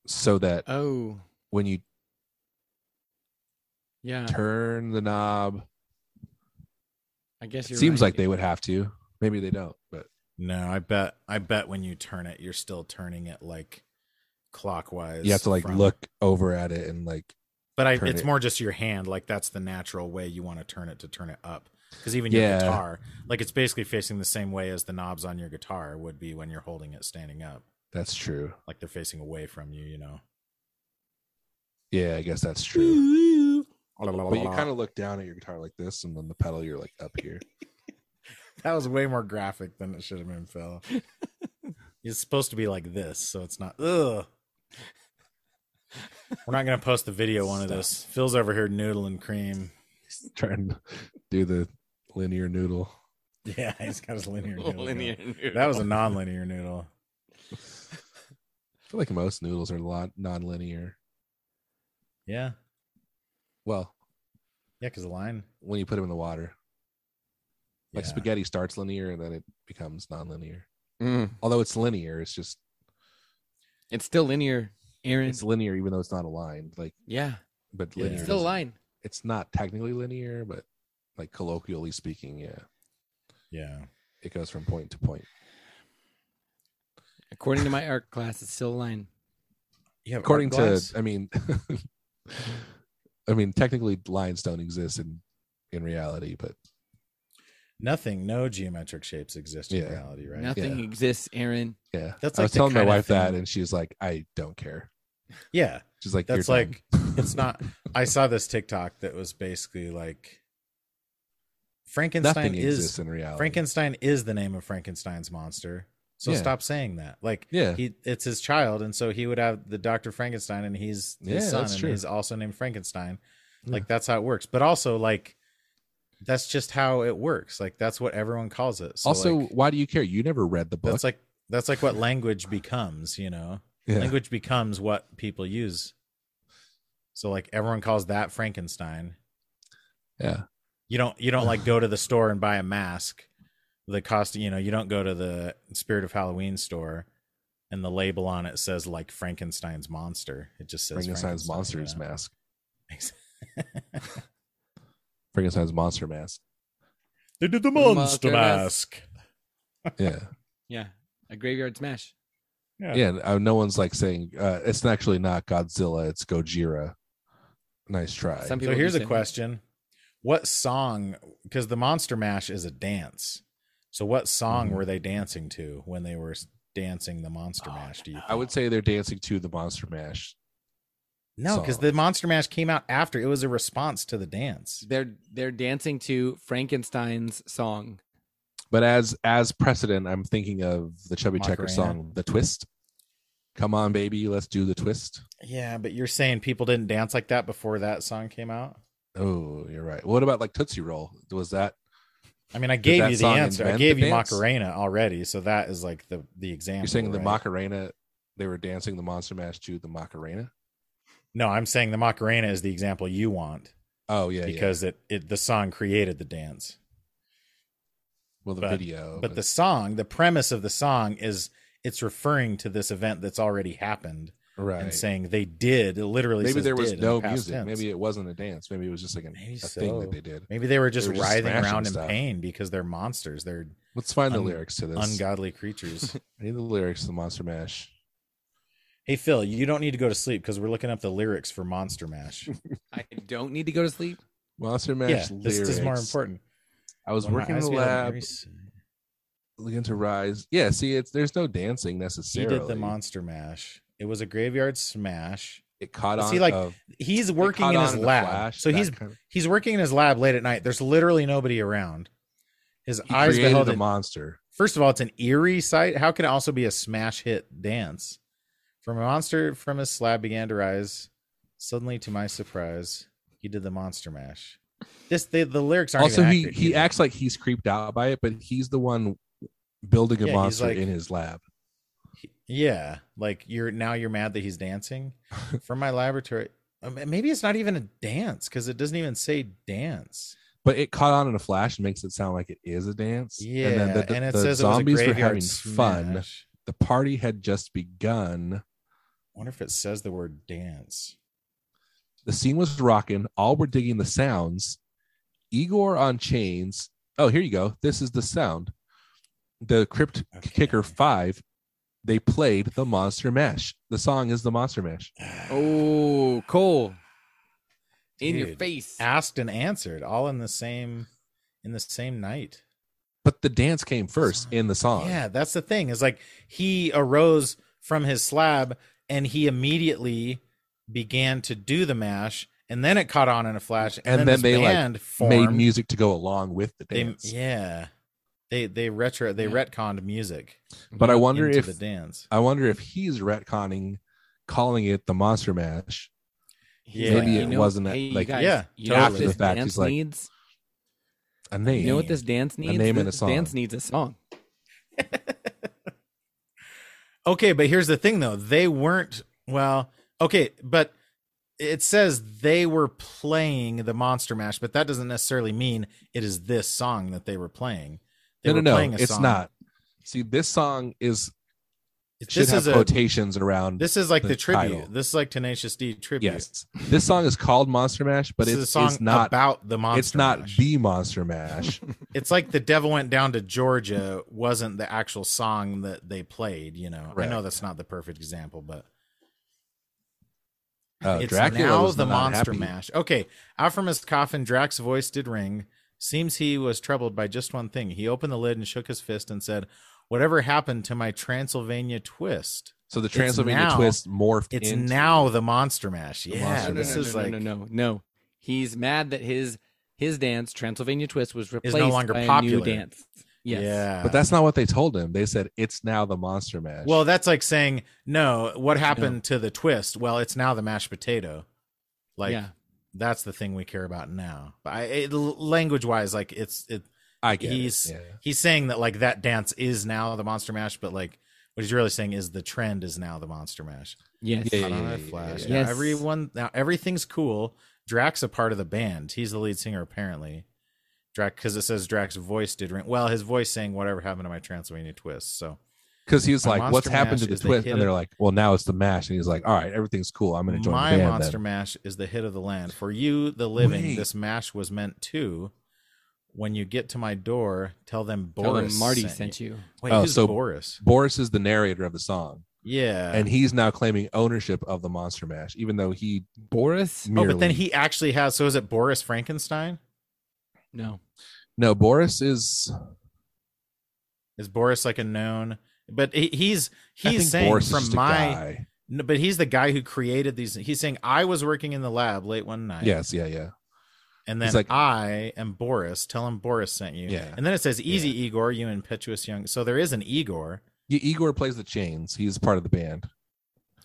S1: so that
S2: Oh,
S1: when you
S2: yeah.
S1: turn the knob,
S2: I guess
S1: it
S2: you're
S1: seems
S2: right.
S1: like they would have to. Maybe they don't, but
S3: No, I bet I bet when you turn it, you're still turning it like clockwise.
S1: You have to like
S3: from-
S1: look over at it and like
S3: but I,
S1: turn
S3: it's
S1: it-
S3: more just your hand. Like that's the natural way you want to turn it to turn it up. Because even your
S1: Yeah.
S3: guitar, like it's basically facing the same way as the knobs on your guitar would be when you're holding it standing up.
S1: that's true.
S3: Like they're facing away from you, you know.
S1: Yeah, I guess that's
S2: Hmm.
S1: true. But you kind
S3: of
S1: of look down at your guitar like this, and then the pedal you're like up here.
S3: that was way more graphic than it should have been, Phil. it's supposed to be like this, so it's not. Ugh. We're not gonna post the video one of this. Phil's over here noodling cream.
S1: Trying to do the linear noodle.
S3: Yeah, he's got his linear. noodle.
S2: Linear noodle.
S3: That was a non-linear noodle.
S1: I feel like most noodles are a lot non-linear.
S3: Yeah,
S1: Well,
S3: yeah, because the line
S1: when you put them in the water, like
S3: Yeah.
S1: spaghetti starts linear and then it becomes non-linear.
S2: Mm.
S1: Although it's linear, it's just
S2: It's still linear, Aaron.
S1: it's linear even though it's not aligned. Like,
S2: yeah,
S1: but
S3: Yeah.
S1: linear,
S2: it's still a
S1: is-
S2: line.
S1: it's not technically linear, but like colloquially speaking, yeah,
S3: Yeah.
S1: it goes from point to point.
S2: According to my art class, it's still a line.
S3: You have
S1: according
S3: art glass?
S1: to i mean i mean technically lines don't exist in in reality but
S3: nothing, no geometric shapes exist in
S1: Yeah.
S3: reality, right?
S2: Nothing exists, Aaron.
S1: yeah
S3: That's
S1: i
S3: like
S1: was
S3: the
S1: telling my
S3: kinda
S1: wife that
S3: thing-
S1: and she's like i don't care
S3: Yeah.
S1: she's like
S3: That's
S1: "You're dumb."
S3: like it's not I saw this TikTok that was basically like Frankenstein
S1: nothing exists
S3: is
S1: in reality
S3: Frankenstein is the name of Frankenstein's monster. So
S1: Yeah.
S3: stop saying that. Like
S1: Yeah.
S3: he it's his child and so he would have the Dr. Frankenstein and he's his
S1: Yeah,
S3: son
S1: that's
S3: and
S1: true.
S3: he's also named Frankenstein.
S1: Yeah.
S3: Like that's how it works. But also like that's just how it works. Like that's what everyone calls it. So
S1: also
S3: like,
S1: why do you care you never read the book
S3: that's like that's like what language becomes you know
S1: Yeah.
S3: language becomes what people use so like everyone calls that frankenstein
S1: Yeah.
S3: you don't you don't like go to the store and buy a mask the cost you know you don't go to the spirit of halloween store and the label on it says like frankenstein's monster it just says
S1: frankenstein's monsters
S3: man.
S1: mask frankenstein's monster mask
S3: they did the
S2: Monster
S3: monster
S2: mask.
S3: mask
S1: yeah
S2: Yeah, a graveyard smash.
S3: Yeah.
S1: yeah and, uh, no one's like saying uh, it's actually not godzilla it's gojira nice try
S2: Some people
S3: So here's
S2: do
S3: a
S2: say-
S3: question: What song? Because the Monster Mash is a dance. So what song
S1: Mhm.
S3: were they dancing to when they were s- dancing the Monster
S2: Oh,
S3: Mash? Do you?
S1: Ah, i would say they're dancing to the monster mash
S3: no, because
S1: song.
S3: the Monster Mash came out after. It was a response to the dance.
S2: They're they're dancing to Frankenstein's song.
S1: But as as precedent, I'm thinking of the Chubby Checker
S3: Macarena.
S1: song, "The Twist." Come on, baby, let's do the twist.
S3: Yeah, but you're saying people didn't dance like that before that song came out.
S1: Oh, you're right. What about like Tootsie Roll? Was that
S3: I mean, I gave
S1: that
S3: you the
S1: song
S3: answer. I
S1: invent
S3: gave
S1: the
S3: you
S1: dance?
S3: Macarena already, so that is like the the example.
S1: you're saying the
S3: right?
S1: Macarena? They were dancing the Monster Mash to the Macarena.
S3: No, I'm saying the Macarena is the example you want
S1: Oh yeah, yeah.
S3: because it, it the song created the dance.
S1: Well, the
S3: but-
S1: video,
S3: but the song the premise of the song is it's referring to this event that's already happened
S1: right.
S3: and saying they did it literally
S1: Maybe
S3: says
S1: there was
S3: did in the
S1: no
S3: past
S1: music.
S3: tense.
S1: Maybe it wasn't a dance. Maybe it was just like an,
S3: Maybe
S1: a thing
S3: so.
S1: that they did.
S3: maybe they were just
S1: They were just
S3: writhing
S1: smashing
S3: around in
S1: stuff.
S3: pain because they're monsters they're
S1: Let's find the
S3: Un-
S1: lyrics to this.
S3: ungodly creatures
S1: I need the lyrics to the Monster Mash.
S3: hey phil you don't need to go to sleep because we're looking up the lyrics for monster mash
S2: I don't need to go to sleep.
S1: Monster Mash
S3: yeah
S1: lyrics.
S3: this is more important
S1: I was
S3: When my
S1: working in
S3: eyes
S1: the
S3: feel like
S1: lab.
S3: very soon.
S1: looking to rise. Yeah, see, it's there's no dancing
S3: he
S1: necessarily.
S3: did the monster mash it was a graveyard smash
S1: It caught on.
S3: See, like,
S1: of-
S3: he's
S1: it
S3: working
S1: caught
S3: in
S1: on
S3: his
S1: the
S3: lab
S1: Flash,
S3: so
S1: that
S3: he's
S1: kind of-
S3: he's working in his lab late at night there's literally nobody around his
S1: he
S3: eyes
S1: created
S3: beheld
S1: the
S3: an
S1: monster.
S3: First of all, it's an eerie sight. How can it also be a smash hit dance? From a monster from his slab began to rise. Suddenly, to my surprise, he did the monster mash. This the, the lyrics aren't
S1: Also,
S3: even
S1: he
S3: accurate
S1: he
S3: either.
S1: acts like he's creeped out by it, but he's the one building a
S3: Yeah, he's
S1: monster
S3: like-
S1: in his lab.
S3: yeah like you're now you're mad that he's dancing from my laboratory. Um, Maybe it's not even a dance because it doesn't even say dance.
S1: But it caught on in a flash and makes it sound like it is a dance.
S3: Yeah,
S1: and
S3: and,
S1: then the,
S3: it
S1: the
S3: says
S1: zombies
S3: it was a
S1: were
S3: graveyard
S1: having fun.
S3: smash.
S1: The party had just begun.
S3: Wonder if it says the word dance.
S1: The scene was rocking. All were digging the sounds. Igor on chains. Oh, here you go. This is the sound. The crypt
S3: Okay.
S1: kicker five they played the Monster Mash. The song is the Monster Mash.
S2: Oh, Cole. In your
S3: Dude.
S2: face.
S3: Asked and answered all in the same in the same night.
S1: But the dance came first in the song.
S3: Yeah, that's the thing. Is like he arose from his slab and he immediately began to do the mash, and then it caught on in a flash, and,
S1: And
S3: then,
S1: then
S3: this
S1: they, like,
S3: band
S1: Made
S3: formed.
S1: music to go along with the
S3: They-
S1: dance.
S3: yeah, they they retro they
S2: Yeah.
S3: retconned music.
S1: But I wonder
S3: into
S1: if
S3: the dance.
S1: I wonder if he's retconning, calling it the Monster Mash.
S2: He's
S3: maybe
S2: you
S3: it
S2: know,
S1: wasn't,
S2: Hey, you
S1: like-
S2: guys,
S3: Yeah,
S2: you know what
S3: totally.
S2: this
S1: After the fact,
S2: dance
S1: he's like,
S2: needs?
S1: A name.
S2: You know what this dance needs?
S1: name
S2: this
S1: and a song.
S2: dance needs a song.
S3: Okay, but here's the thing though. They weren't well, okay, but it says they were playing the Monster Mash, but that doesn't necessarily mean it is this song that they were playing. They
S1: no,
S3: were
S1: no, no.
S3: playing a
S1: It's
S3: song.
S1: not. See, this song is
S3: This
S1: should have
S3: is a
S1: quotations around.
S3: this is like the,
S1: the
S3: tribute.
S1: title.
S3: This is like Tenacious D tribute.
S1: yes, this song is called Monster Mash, but
S3: this
S1: it's,
S3: is a song
S1: it's not.
S3: about the monster.
S1: it's not
S3: Mash.
S1: the Monster Mash.
S3: It's like the devil went down to Georgia wasn't the actual song that they played. You know, I know
S1: Correct.
S3: that's not the perfect example, but
S1: Uh,
S3: it's
S1: Dracula
S3: now
S1: was
S3: the
S1: not
S3: monster
S1: happy.
S3: mash. Okay, out from his coffin, Drax's voice did ring. Seems he was troubled by just one thing. He opened the lid and shook his fist and said, "Whatever happened to my Transylvania twist?
S1: So the
S3: It's
S1: Transylvania
S3: now-
S1: twist morphed.
S3: It's
S1: into-
S3: now the monster mash." Yeah,
S1: Monster
S3: this
S1: Mash.
S3: is like
S2: no, no, no, no. He's mad that his his dance, Transylvania Twist, was replaced
S3: longer
S2: by a new
S3: popular.
S2: dance. Yes.
S3: yeah,
S1: But that's not what they told him. They said it's now the Monster Mash.
S3: Well, that's like saying, no, what happened to the twist? Well, it's now the mashed potato. Like
S2: Yeah.
S3: that's the thing we care about now. But I, it, language wise, like it's it.
S1: I get
S3: he's-
S1: it. Yeah.
S3: He's saying that like that dance is now the monster mash, but like what he's really saying is the trend is now the monster mash.
S2: Yes.
S1: Yeah,
S3: Caught on
S1: yeah,
S3: in a
S1: yeah,
S3: flash.
S1: yeah,
S2: yeah.
S3: Now
S2: Yes.
S3: everyone now everything's cool. Drax a part of the band. He's the lead singer apparently. Drax because it says Drax's voice did ring. Well, his voice saying whatever happened to my Transylvania twist. So
S1: Because he was
S3: My
S1: like,
S3: Monster
S1: "What's happened
S3: Mash
S1: to the
S3: is the
S1: twist?"
S3: hit
S1: and they're
S3: of-
S1: like, "Well, now it's the mash." And he's like, "All right, everything's cool. I'm going to join
S3: My
S1: the band." then."
S3: monster mash is the hit of the land. For you, the living,
S1: Wait.
S3: this mash was meant to. When you get to my door, tell them Boris.
S2: Tell them Marty sent, you.
S3: Wait,
S1: Oh,
S3: who's
S1: so-
S3: Boris?
S1: Boris is the narrator of the song,
S3: Yeah.
S1: and he's now claiming ownership of the monster mash, even though he
S2: Boris?
S3: oh,
S1: merely.
S3: but then he actually has. So is it Boris Frankenstein?
S2: No.
S1: no Boris is
S3: Is Boris like a known? But he, he's
S1: I think
S3: he's saying
S1: Boris is
S3: from
S1: just a
S3: my.
S1: guy.
S3: No, but he's the guy who created these. He's saying I was working in the lab late one night.
S1: yes, yeah, yeah.
S3: And then
S1: It's like-
S3: I am Boris. Tell him Boris sent you.
S1: Yeah.
S3: And then it says, "Easy, Igor, you impetuous young." So there is an Igor.
S1: Yeah, Igor plays the chains. He's part of the band.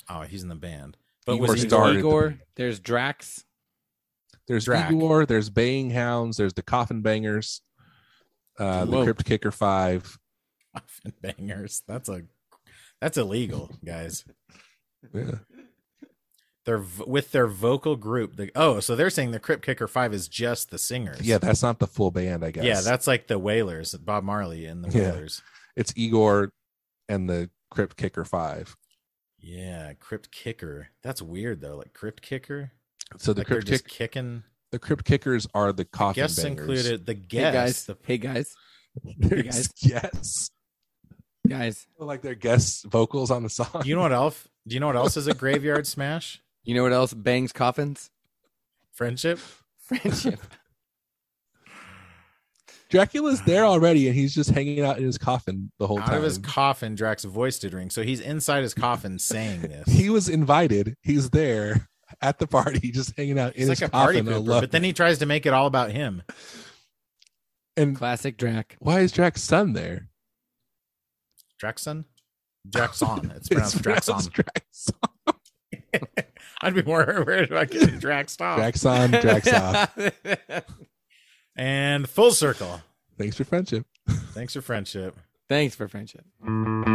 S3: Oh, he's in the band. But
S1: Igor
S3: was
S2: There's
S3: he
S1: started the
S2: Igor.
S1: band.
S2: There's Drax.
S1: There's
S3: Drac.
S1: Igor. There's Baying Hounds. There's the Coffin Bangers. Uh, the
S2: Whoa.
S1: Crypt Kicker Five.
S3: Coffin bangers. That's a that's illegal, guys.
S1: Yeah.
S3: They're v- with their vocal group. The, oh, so they're saying the Crypt Kicker Five is just the singers.
S1: yeah, that's not the full band, I guess.
S3: yeah. That's like the Wailers, Bob Marley and the
S1: Yeah.
S3: Wailers.
S1: it's Igor and the Crypt Kicker Five.
S3: Yeah, Crypt Kicker. That's weird though. Like Crypt Kicker.
S1: So the
S3: like
S1: Crypt
S3: they're just
S1: Kick-
S3: kicking.
S1: the Crypt Kickers are the Coffin
S3: Guests
S1: Bangers.
S3: included. The guests.
S2: Hey guys.
S3: The,
S2: Hey guys.
S1: There's yes,
S2: Guys.
S1: like their guest vocals on the song.
S3: do you know what else? Do you know what else is a graveyard smash?
S2: You know what else bangs coffins?
S3: Friendship.
S2: Friendship.
S1: Dracula's there already, and he's just hanging out in his coffin the whole
S3: Out
S1: time.
S3: of his coffin, Drax's voice did ring. So he's inside his coffin saying this.
S1: he was invited. He's there at the party, just hanging out
S3: He's
S1: in
S3: like
S1: his
S3: a party
S1: coffin. I
S3: pooper,
S1: love
S3: but then he tries to make it all about him.
S1: it. and
S2: Classic Drac.
S1: why is Drax's son there?
S3: Draxon? Draxon. It's pronounced
S1: pronounced
S3: Draxon.
S1: Draxon.
S3: I'd be more worried about getting Draxon.
S1: Draxon. Draxon.
S3: and full circle.
S1: Thanks for friendship.
S3: Thanks for friendship.
S2: Thanks for friendship.
S1: All